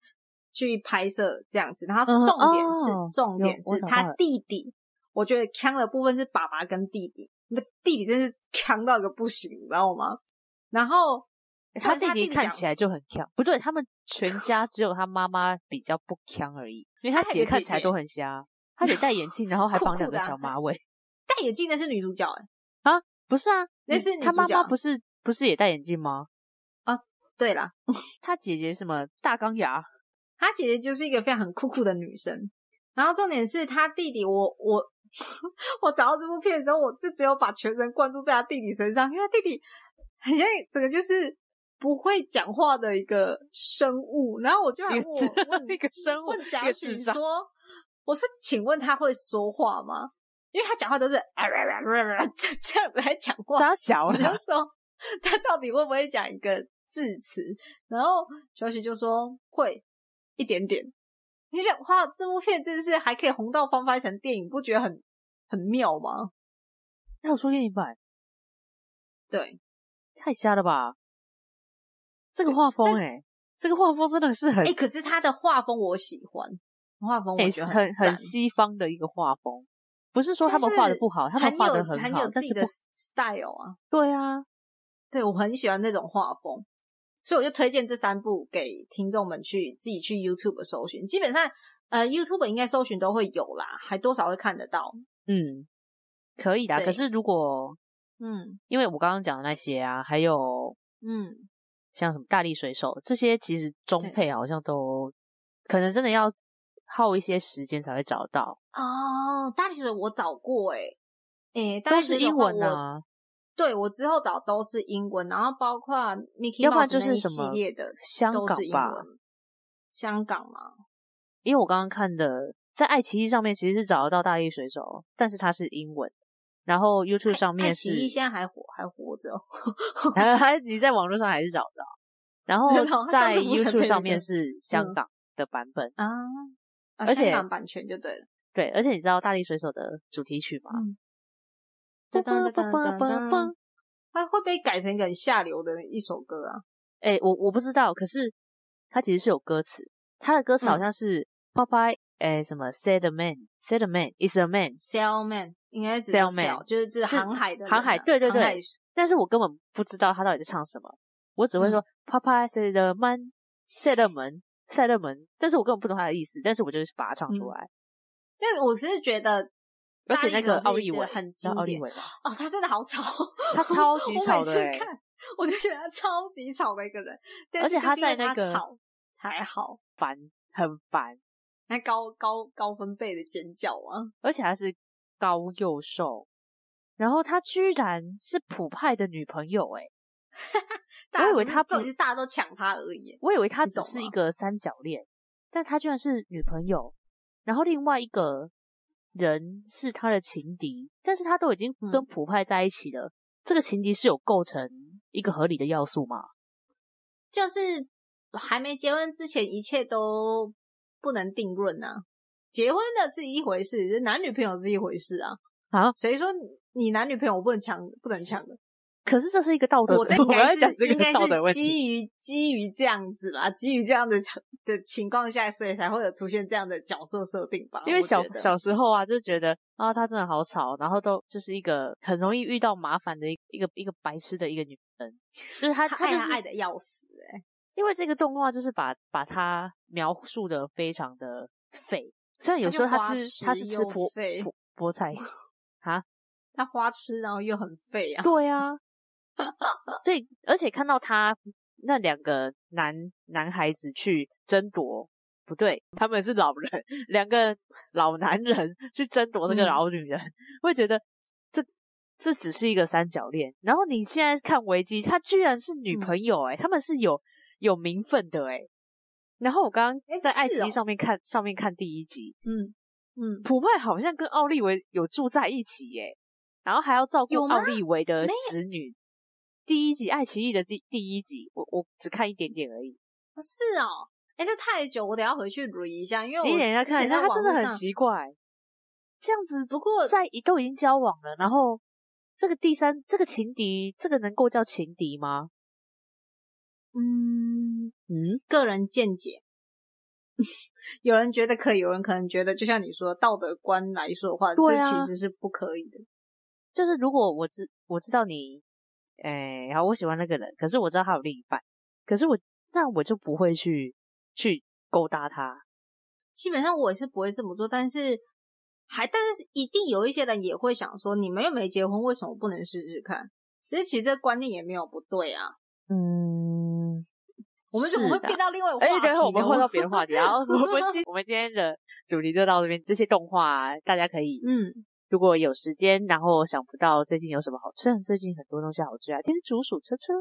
Speaker 3: 去拍摄这样子。然后
Speaker 2: 嗯哼
Speaker 3: 重点是、
Speaker 2: 哦
Speaker 3: 重点
Speaker 2: 有我
Speaker 3: 是
Speaker 2: 找到
Speaker 3: 他
Speaker 2: 了
Speaker 3: 弟弟，我觉得康的部分是爸爸跟弟弟，那弟弟真是康到一个不行，你知道吗？然后
Speaker 2: 他
Speaker 3: 重点是
Speaker 2: 弟弟看起
Speaker 3: 来
Speaker 2: 来就很强，不对，他们全家只有他妈妈比较不强而已，因为
Speaker 3: 他
Speaker 2: 他
Speaker 3: 还
Speaker 2: 姐
Speaker 3: 有个
Speaker 2: 看
Speaker 3: 姐
Speaker 2: 起来
Speaker 3: 姐
Speaker 2: 都很瞎， 他姐戴眼镜，然后还
Speaker 3: 酷
Speaker 2: 绑
Speaker 3: 酷
Speaker 2: 两个
Speaker 3: 的啊
Speaker 2: 小马尾。
Speaker 3: 戴眼镜的是女主角、欸，
Speaker 2: 不是啊，
Speaker 3: 那
Speaker 2: 你
Speaker 3: 是女
Speaker 2: 他
Speaker 3: 主
Speaker 2: 妈妈
Speaker 3: 角
Speaker 2: 不是不是也戴眼镜吗？
Speaker 3: 对啦，
Speaker 2: 他姐姐什么大钢牙，
Speaker 3: 她姐姐就是一个非常很酷酷的女生。然后重点是她弟弟我，我 我找到这部片的时候，我就只有把全神贯注在她弟弟身上，因为她弟弟很像整个就是不会讲话的一个生物。然后我就还
Speaker 2: 一
Speaker 3: 问
Speaker 2: 个
Speaker 3: 我
Speaker 2: 智
Speaker 3: 问
Speaker 2: 一个生物，
Speaker 3: 问
Speaker 2: 一
Speaker 3: 贾
Speaker 2: 个
Speaker 3: 许
Speaker 2: 智障。
Speaker 3: 说：“我是请问他会说话吗？因为他讲话都是啊 啦啦啦啦这这样子来讲话，
Speaker 2: 扎小
Speaker 3: 我 就
Speaker 2: 了，
Speaker 3: 说他到底会不会讲一个字词？然后小许就说会一点点。你想，哇，这部片真的是还可以红到翻拍成电影，不觉得很很妙吗？
Speaker 2: 他有说电影版，
Speaker 3: 对，
Speaker 2: 太瞎了吧？这个画风哎、这个画风真的是很
Speaker 3: 哎、可是他的画风我喜欢，画风我
Speaker 2: 很
Speaker 3: 觉得
Speaker 2: 很
Speaker 3: 赞
Speaker 2: 很西方的一个画风，不是说他
Speaker 3: 但
Speaker 2: 们
Speaker 3: 是
Speaker 2: 画的不好，他们
Speaker 3: 很
Speaker 2: 画
Speaker 3: 有
Speaker 2: 的
Speaker 3: 很
Speaker 2: 好
Speaker 3: 有，自
Speaker 2: 但
Speaker 3: 己
Speaker 2: 是不
Speaker 3: 的 style 啊。
Speaker 2: 对啊，
Speaker 3: 对我很喜欢那种画风，所以我就推荐这三部给听众们去自己去 YouTube 搜寻。基本上，呃，YouTube 应该搜寻都会有啦，还多少会看得到。
Speaker 2: 嗯，可以的。啊可
Speaker 3: 对
Speaker 2: 是如果
Speaker 3: 嗯
Speaker 2: 因为我刚刚讲的那些啊，还有
Speaker 3: 嗯，
Speaker 2: 像什么大力水手这些，其实中
Speaker 3: 对
Speaker 2: 配好像都可能真的要耗一些时间才会找到，
Speaker 3: 哦，大力水手我找过诶、诶、大
Speaker 2: 都
Speaker 3: 力
Speaker 2: 是
Speaker 3: 水手
Speaker 2: 英
Speaker 3: 的话
Speaker 2: 文
Speaker 3: 我
Speaker 2: 啊，
Speaker 3: 对我之后找都是英文，然后包括 Mickey
Speaker 2: 要不然
Speaker 3: Mouse
Speaker 2: 就
Speaker 3: 那
Speaker 2: 是
Speaker 3: 一
Speaker 2: 什
Speaker 3: 系
Speaker 2: 么
Speaker 3: 列的
Speaker 2: 香
Speaker 3: 都
Speaker 2: 港
Speaker 3: 是英
Speaker 2: 吧，
Speaker 3: 文。香港嘛，
Speaker 2: 因为我刚刚看的，在爱奇艺上面其实是找得到《大力水手》，但是它是英文，然后 YouTube 上
Speaker 3: 爱
Speaker 2: 面是
Speaker 3: 奇，艺现在还活还活着哦，
Speaker 2: 还还 你在网络上还是找得到， 然后
Speaker 3: 然后它上
Speaker 2: 在
Speaker 3: 面不是配
Speaker 2: YouTube
Speaker 3: 那
Speaker 2: 上
Speaker 3: 个
Speaker 2: 面
Speaker 3: 嗯
Speaker 2: 是香港的版本，
Speaker 3: 啊，啊
Speaker 2: 而
Speaker 3: 香
Speaker 2: 且
Speaker 3: 港版权就对了。
Speaker 2: 对，而且你知道《大力水手》的主题曲吗？
Speaker 3: 嗯噔噔噔噔噔噔，它会被改成一个很下流的一首歌啊？
Speaker 2: 哎、我我不知道，可是它其实是有歌词，它的歌词好
Speaker 3: 嗯
Speaker 2: 像是 Popeye，哎、什么 Said a man，Said a man is a man，
Speaker 3: Sailman 应该只是
Speaker 2: Sailman，
Speaker 3: sail，就是指航海的人啊
Speaker 2: 航海对对对
Speaker 3: 航海
Speaker 2: 但是我根本不知道他到底在唱什么，我
Speaker 3: 嗯
Speaker 2: 只会说 Papa said the man said the man said the man，但是我根本不懂他的意思，但是我就是把它唱
Speaker 3: 嗯
Speaker 2: 出来，
Speaker 3: 但是我是觉得，
Speaker 2: 而且那个奥利
Speaker 3: 利
Speaker 2: 维
Speaker 3: 很
Speaker 2: 知道
Speaker 3: 经
Speaker 2: 奥利
Speaker 3: 典
Speaker 2: 维吗？
Speaker 3: 哦，他真的好吵，
Speaker 2: 他超级吵的
Speaker 3: 我每
Speaker 2: 欸
Speaker 3: 次看我就觉得他超级吵的一个人，但
Speaker 2: 而
Speaker 3: 是
Speaker 2: 且
Speaker 3: 就是因
Speaker 2: 在
Speaker 3: 为
Speaker 2: 那
Speaker 3: 他
Speaker 2: 个
Speaker 3: 吵才好，
Speaker 2: 烦很烦，
Speaker 3: 那高高高分贝的尖叫啊！
Speaker 2: 而且还是高又瘦，然后他居然是普派的女朋友、欸，
Speaker 3: 大家
Speaker 2: 我以为
Speaker 3: 是
Speaker 2: 他不
Speaker 3: 重点是大家都抢他而已，
Speaker 2: 我以为他
Speaker 3: 你
Speaker 2: 只
Speaker 3: 懂
Speaker 2: 是一
Speaker 3: 吗
Speaker 2: 个三角恋，但他居然是女朋友，然后另外一个人是他的情敌，但是他都已经
Speaker 3: 嗯
Speaker 2: 跟普派在一起了，这个情敌是有构成一个合理的要素嘛。
Speaker 3: 就是还没结婚之前，一切都不能定论啊。结婚的是一回事，就男女朋友是一回事啊。
Speaker 2: 啊，
Speaker 3: 谁说你男女朋友不能抢、不能抢的？
Speaker 2: 可是这是一个道德，
Speaker 3: 我
Speaker 2: 呃 我
Speaker 3: 这应该
Speaker 2: 要
Speaker 3: 是
Speaker 2: 讲这
Speaker 3: 应
Speaker 2: 个道德
Speaker 3: 该
Speaker 2: 问
Speaker 3: 是
Speaker 2: 题。
Speaker 3: 基于基于这样子啦，基于这样的场的情况下，所以才会有出现这样的角色设定吧。
Speaker 2: 因为
Speaker 3: 我
Speaker 2: 小
Speaker 3: 觉得
Speaker 2: 小时候啊，就觉得啊，她真的好吵，然后都就是一个很容易遇到麻烦的一一个一个白痴的一个女生，就是她
Speaker 3: 他
Speaker 2: 她
Speaker 3: 爱
Speaker 2: 就
Speaker 3: 他
Speaker 2: 是
Speaker 3: 爱的要死、欸，
Speaker 2: 因为这个动画就是把把它描述的非常的废，虽然有时候
Speaker 3: 它就
Speaker 2: 他
Speaker 3: 花
Speaker 2: 吃他
Speaker 3: 痴
Speaker 2: 是吃
Speaker 3: 又
Speaker 2: 菠
Speaker 3: 废
Speaker 2: 菠菠菜，
Speaker 3: 他花痴然后又很 废 啊。
Speaker 2: 对啊，所以而且看到他那两个男男孩子去争夺，不对，他们是老人，两个老男人去争夺那个
Speaker 3: 嗯
Speaker 2: 老女人，会觉得这这只是一个三角恋。然后你现在看维基，她居然是女
Speaker 3: 嗯
Speaker 2: 朋友、欸，他们是有有名分的、欸，然后我刚刚
Speaker 3: 诶
Speaker 2: 在爱奇
Speaker 3: 是
Speaker 2: 艺
Speaker 3: 哦
Speaker 2: 上面看、上面看第一集，
Speaker 3: 嗯 嗯，
Speaker 2: 普麦好像跟奥利维有住在一起耶，然后还要照顾
Speaker 3: 有吗
Speaker 2: 奥利维的
Speaker 3: 没
Speaker 2: 侄女。第一集爱奇艺的第第一集，我我只看一点点而已，
Speaker 3: 是哦。哎、这太久，我等一下回去捋一下，因为我
Speaker 2: 你一点要
Speaker 3: 之前
Speaker 2: 看一下，
Speaker 3: 在
Speaker 2: 他
Speaker 3: 网
Speaker 2: 真的
Speaker 3: 络
Speaker 2: 很
Speaker 3: 上
Speaker 2: 奇怪。这样子
Speaker 3: 不过
Speaker 2: 在一都已经交往了，然后这个第三这个情敌，这个能够叫情敌吗？
Speaker 3: 嗯，
Speaker 2: 嗯，
Speaker 3: 个人见解， 有人觉得可以，有人可能觉得，就像你说，道德观来说的话，
Speaker 2: 对啊
Speaker 3: 这其实是不可以的。
Speaker 2: 就是如果我知我知道你，哎、好，我喜欢那个人，可是我知道他有另一半，可是我那我就不会去去勾搭他，
Speaker 3: 基本上我也是不会这么做，但是还但是一定有一些人也会想说，你们又没结婚，为什么不能试试看？其实其实这观念也没有不对啊，
Speaker 2: 嗯，
Speaker 3: 我们怎么会变到另外一个话
Speaker 2: 哎
Speaker 3: 题，呢？
Speaker 2: 等一下我们换到别的话题。 然后我们今我们今天的主题就到这边，这些动画、啊、大家可以，
Speaker 3: 嗯，
Speaker 2: 如果有时间，然后想不到最近有什么好吃，最近很多东西好吃啊，天竺鼠车车，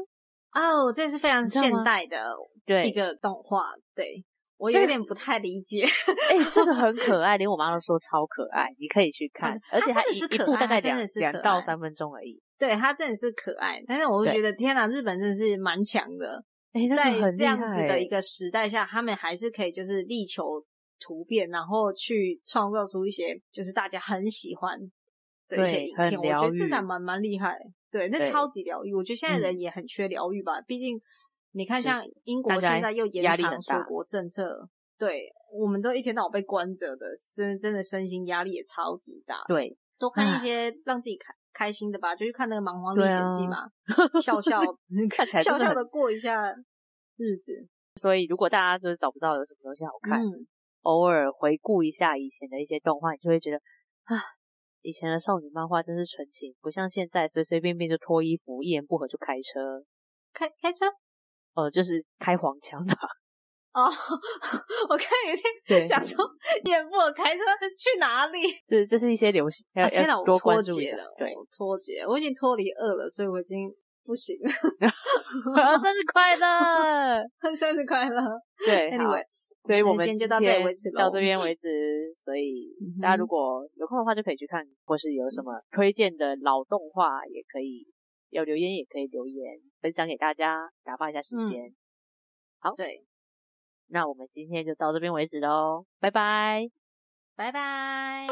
Speaker 3: 哦，这是非常
Speaker 2: 你知道
Speaker 3: 现
Speaker 2: 吗
Speaker 3: 代的
Speaker 2: 对，
Speaker 3: 一个动画，对我
Speaker 2: 这
Speaker 3: 有
Speaker 2: 个
Speaker 3: 点不太理解。
Speaker 2: 哎、这个很可爱，连我妈都说超可爱，你可以 去看
Speaker 3: 嗯，
Speaker 2: 而且
Speaker 3: 它真的
Speaker 2: 一
Speaker 3: 是
Speaker 2: 一
Speaker 3: 可
Speaker 2: 部
Speaker 3: 爱
Speaker 2: 大概
Speaker 3: 它真
Speaker 2: 两
Speaker 3: 的是
Speaker 2: 两
Speaker 3: 可
Speaker 2: 到
Speaker 3: 爱
Speaker 2: 三分钟而已，
Speaker 3: 对它真的是可爱，但是我就
Speaker 2: 对
Speaker 3: 觉得天哪，日本真的是蛮强的，
Speaker 2: 哎、那个
Speaker 3: 在
Speaker 2: 很厉
Speaker 3: 这样
Speaker 2: 害
Speaker 3: 子的
Speaker 2: 欸
Speaker 3: 一个时代下，他们还是可以就是力求突变，然后去创造出一些就是大家很喜欢的一些
Speaker 2: 对
Speaker 3: 影
Speaker 2: 很
Speaker 3: 片，我觉
Speaker 2: 疗
Speaker 3: 得真的
Speaker 2: 愈
Speaker 3: 蛮蛮厉害的。对，那
Speaker 2: 对嗯
Speaker 3: 超级疗愈，我觉得现在人也很缺疗愈吧，毕竟你看
Speaker 2: 确
Speaker 3: 像英国
Speaker 2: 大家
Speaker 3: 现在又
Speaker 2: 压
Speaker 3: 延
Speaker 2: 力很
Speaker 3: 长锁
Speaker 2: 大
Speaker 3: 国政策，对我们都一天到晚被关着的，身真的身心压力也超级大。
Speaker 2: 对，
Speaker 3: 多看一些让自己开开心的吧，就去看那个《蛮荒历险记》嘛， 笑笑
Speaker 2: 啊 看起来真
Speaker 3: 笑
Speaker 2: 的
Speaker 3: 笑
Speaker 2: 很
Speaker 3: 的过一下日子。
Speaker 2: 所以如果大家就是找不到有什么东西好看，
Speaker 3: 嗯，
Speaker 2: 偶尔回顾一下以前的一些动画，你就会觉得啊，以前的少女漫画真是纯情，不像现在随随便便就脱衣服，一言不合就开车，
Speaker 3: 开开车
Speaker 2: 呃，就是开黄腔 吧。
Speaker 3: 哦， 我看有
Speaker 2: 对
Speaker 3: 点想说，也不好开车去哪里？
Speaker 2: 这这是一些流行，要、
Speaker 3: 啊、天哪，
Speaker 2: 要
Speaker 3: 我
Speaker 2: 多
Speaker 3: 脱
Speaker 2: 关注一
Speaker 3: 节
Speaker 2: 下
Speaker 3: 了，。
Speaker 2: 对，
Speaker 3: 我脱节，我已经脱离二了，所以我已经不行了。
Speaker 2: 生日啊快 乐！
Speaker 3: 生日快乐
Speaker 2: 对好
Speaker 3: ！Anyway，
Speaker 2: 所以我
Speaker 3: 那
Speaker 2: 们
Speaker 3: 今
Speaker 2: 今
Speaker 3: 天就到这里
Speaker 2: 天
Speaker 3: 为止咯
Speaker 2: 到这边为止。所以大家如
Speaker 3: 嗯哼嗯
Speaker 2: 果有空的话，就可以去看，或是有什么推荐的老动画，也可以有留言，也可以留言分享给大家，打发一下时
Speaker 3: 嗯
Speaker 2: 间。好，
Speaker 3: 对，
Speaker 2: 那我们今天就到这边为止喽，拜拜。
Speaker 3: 拜拜。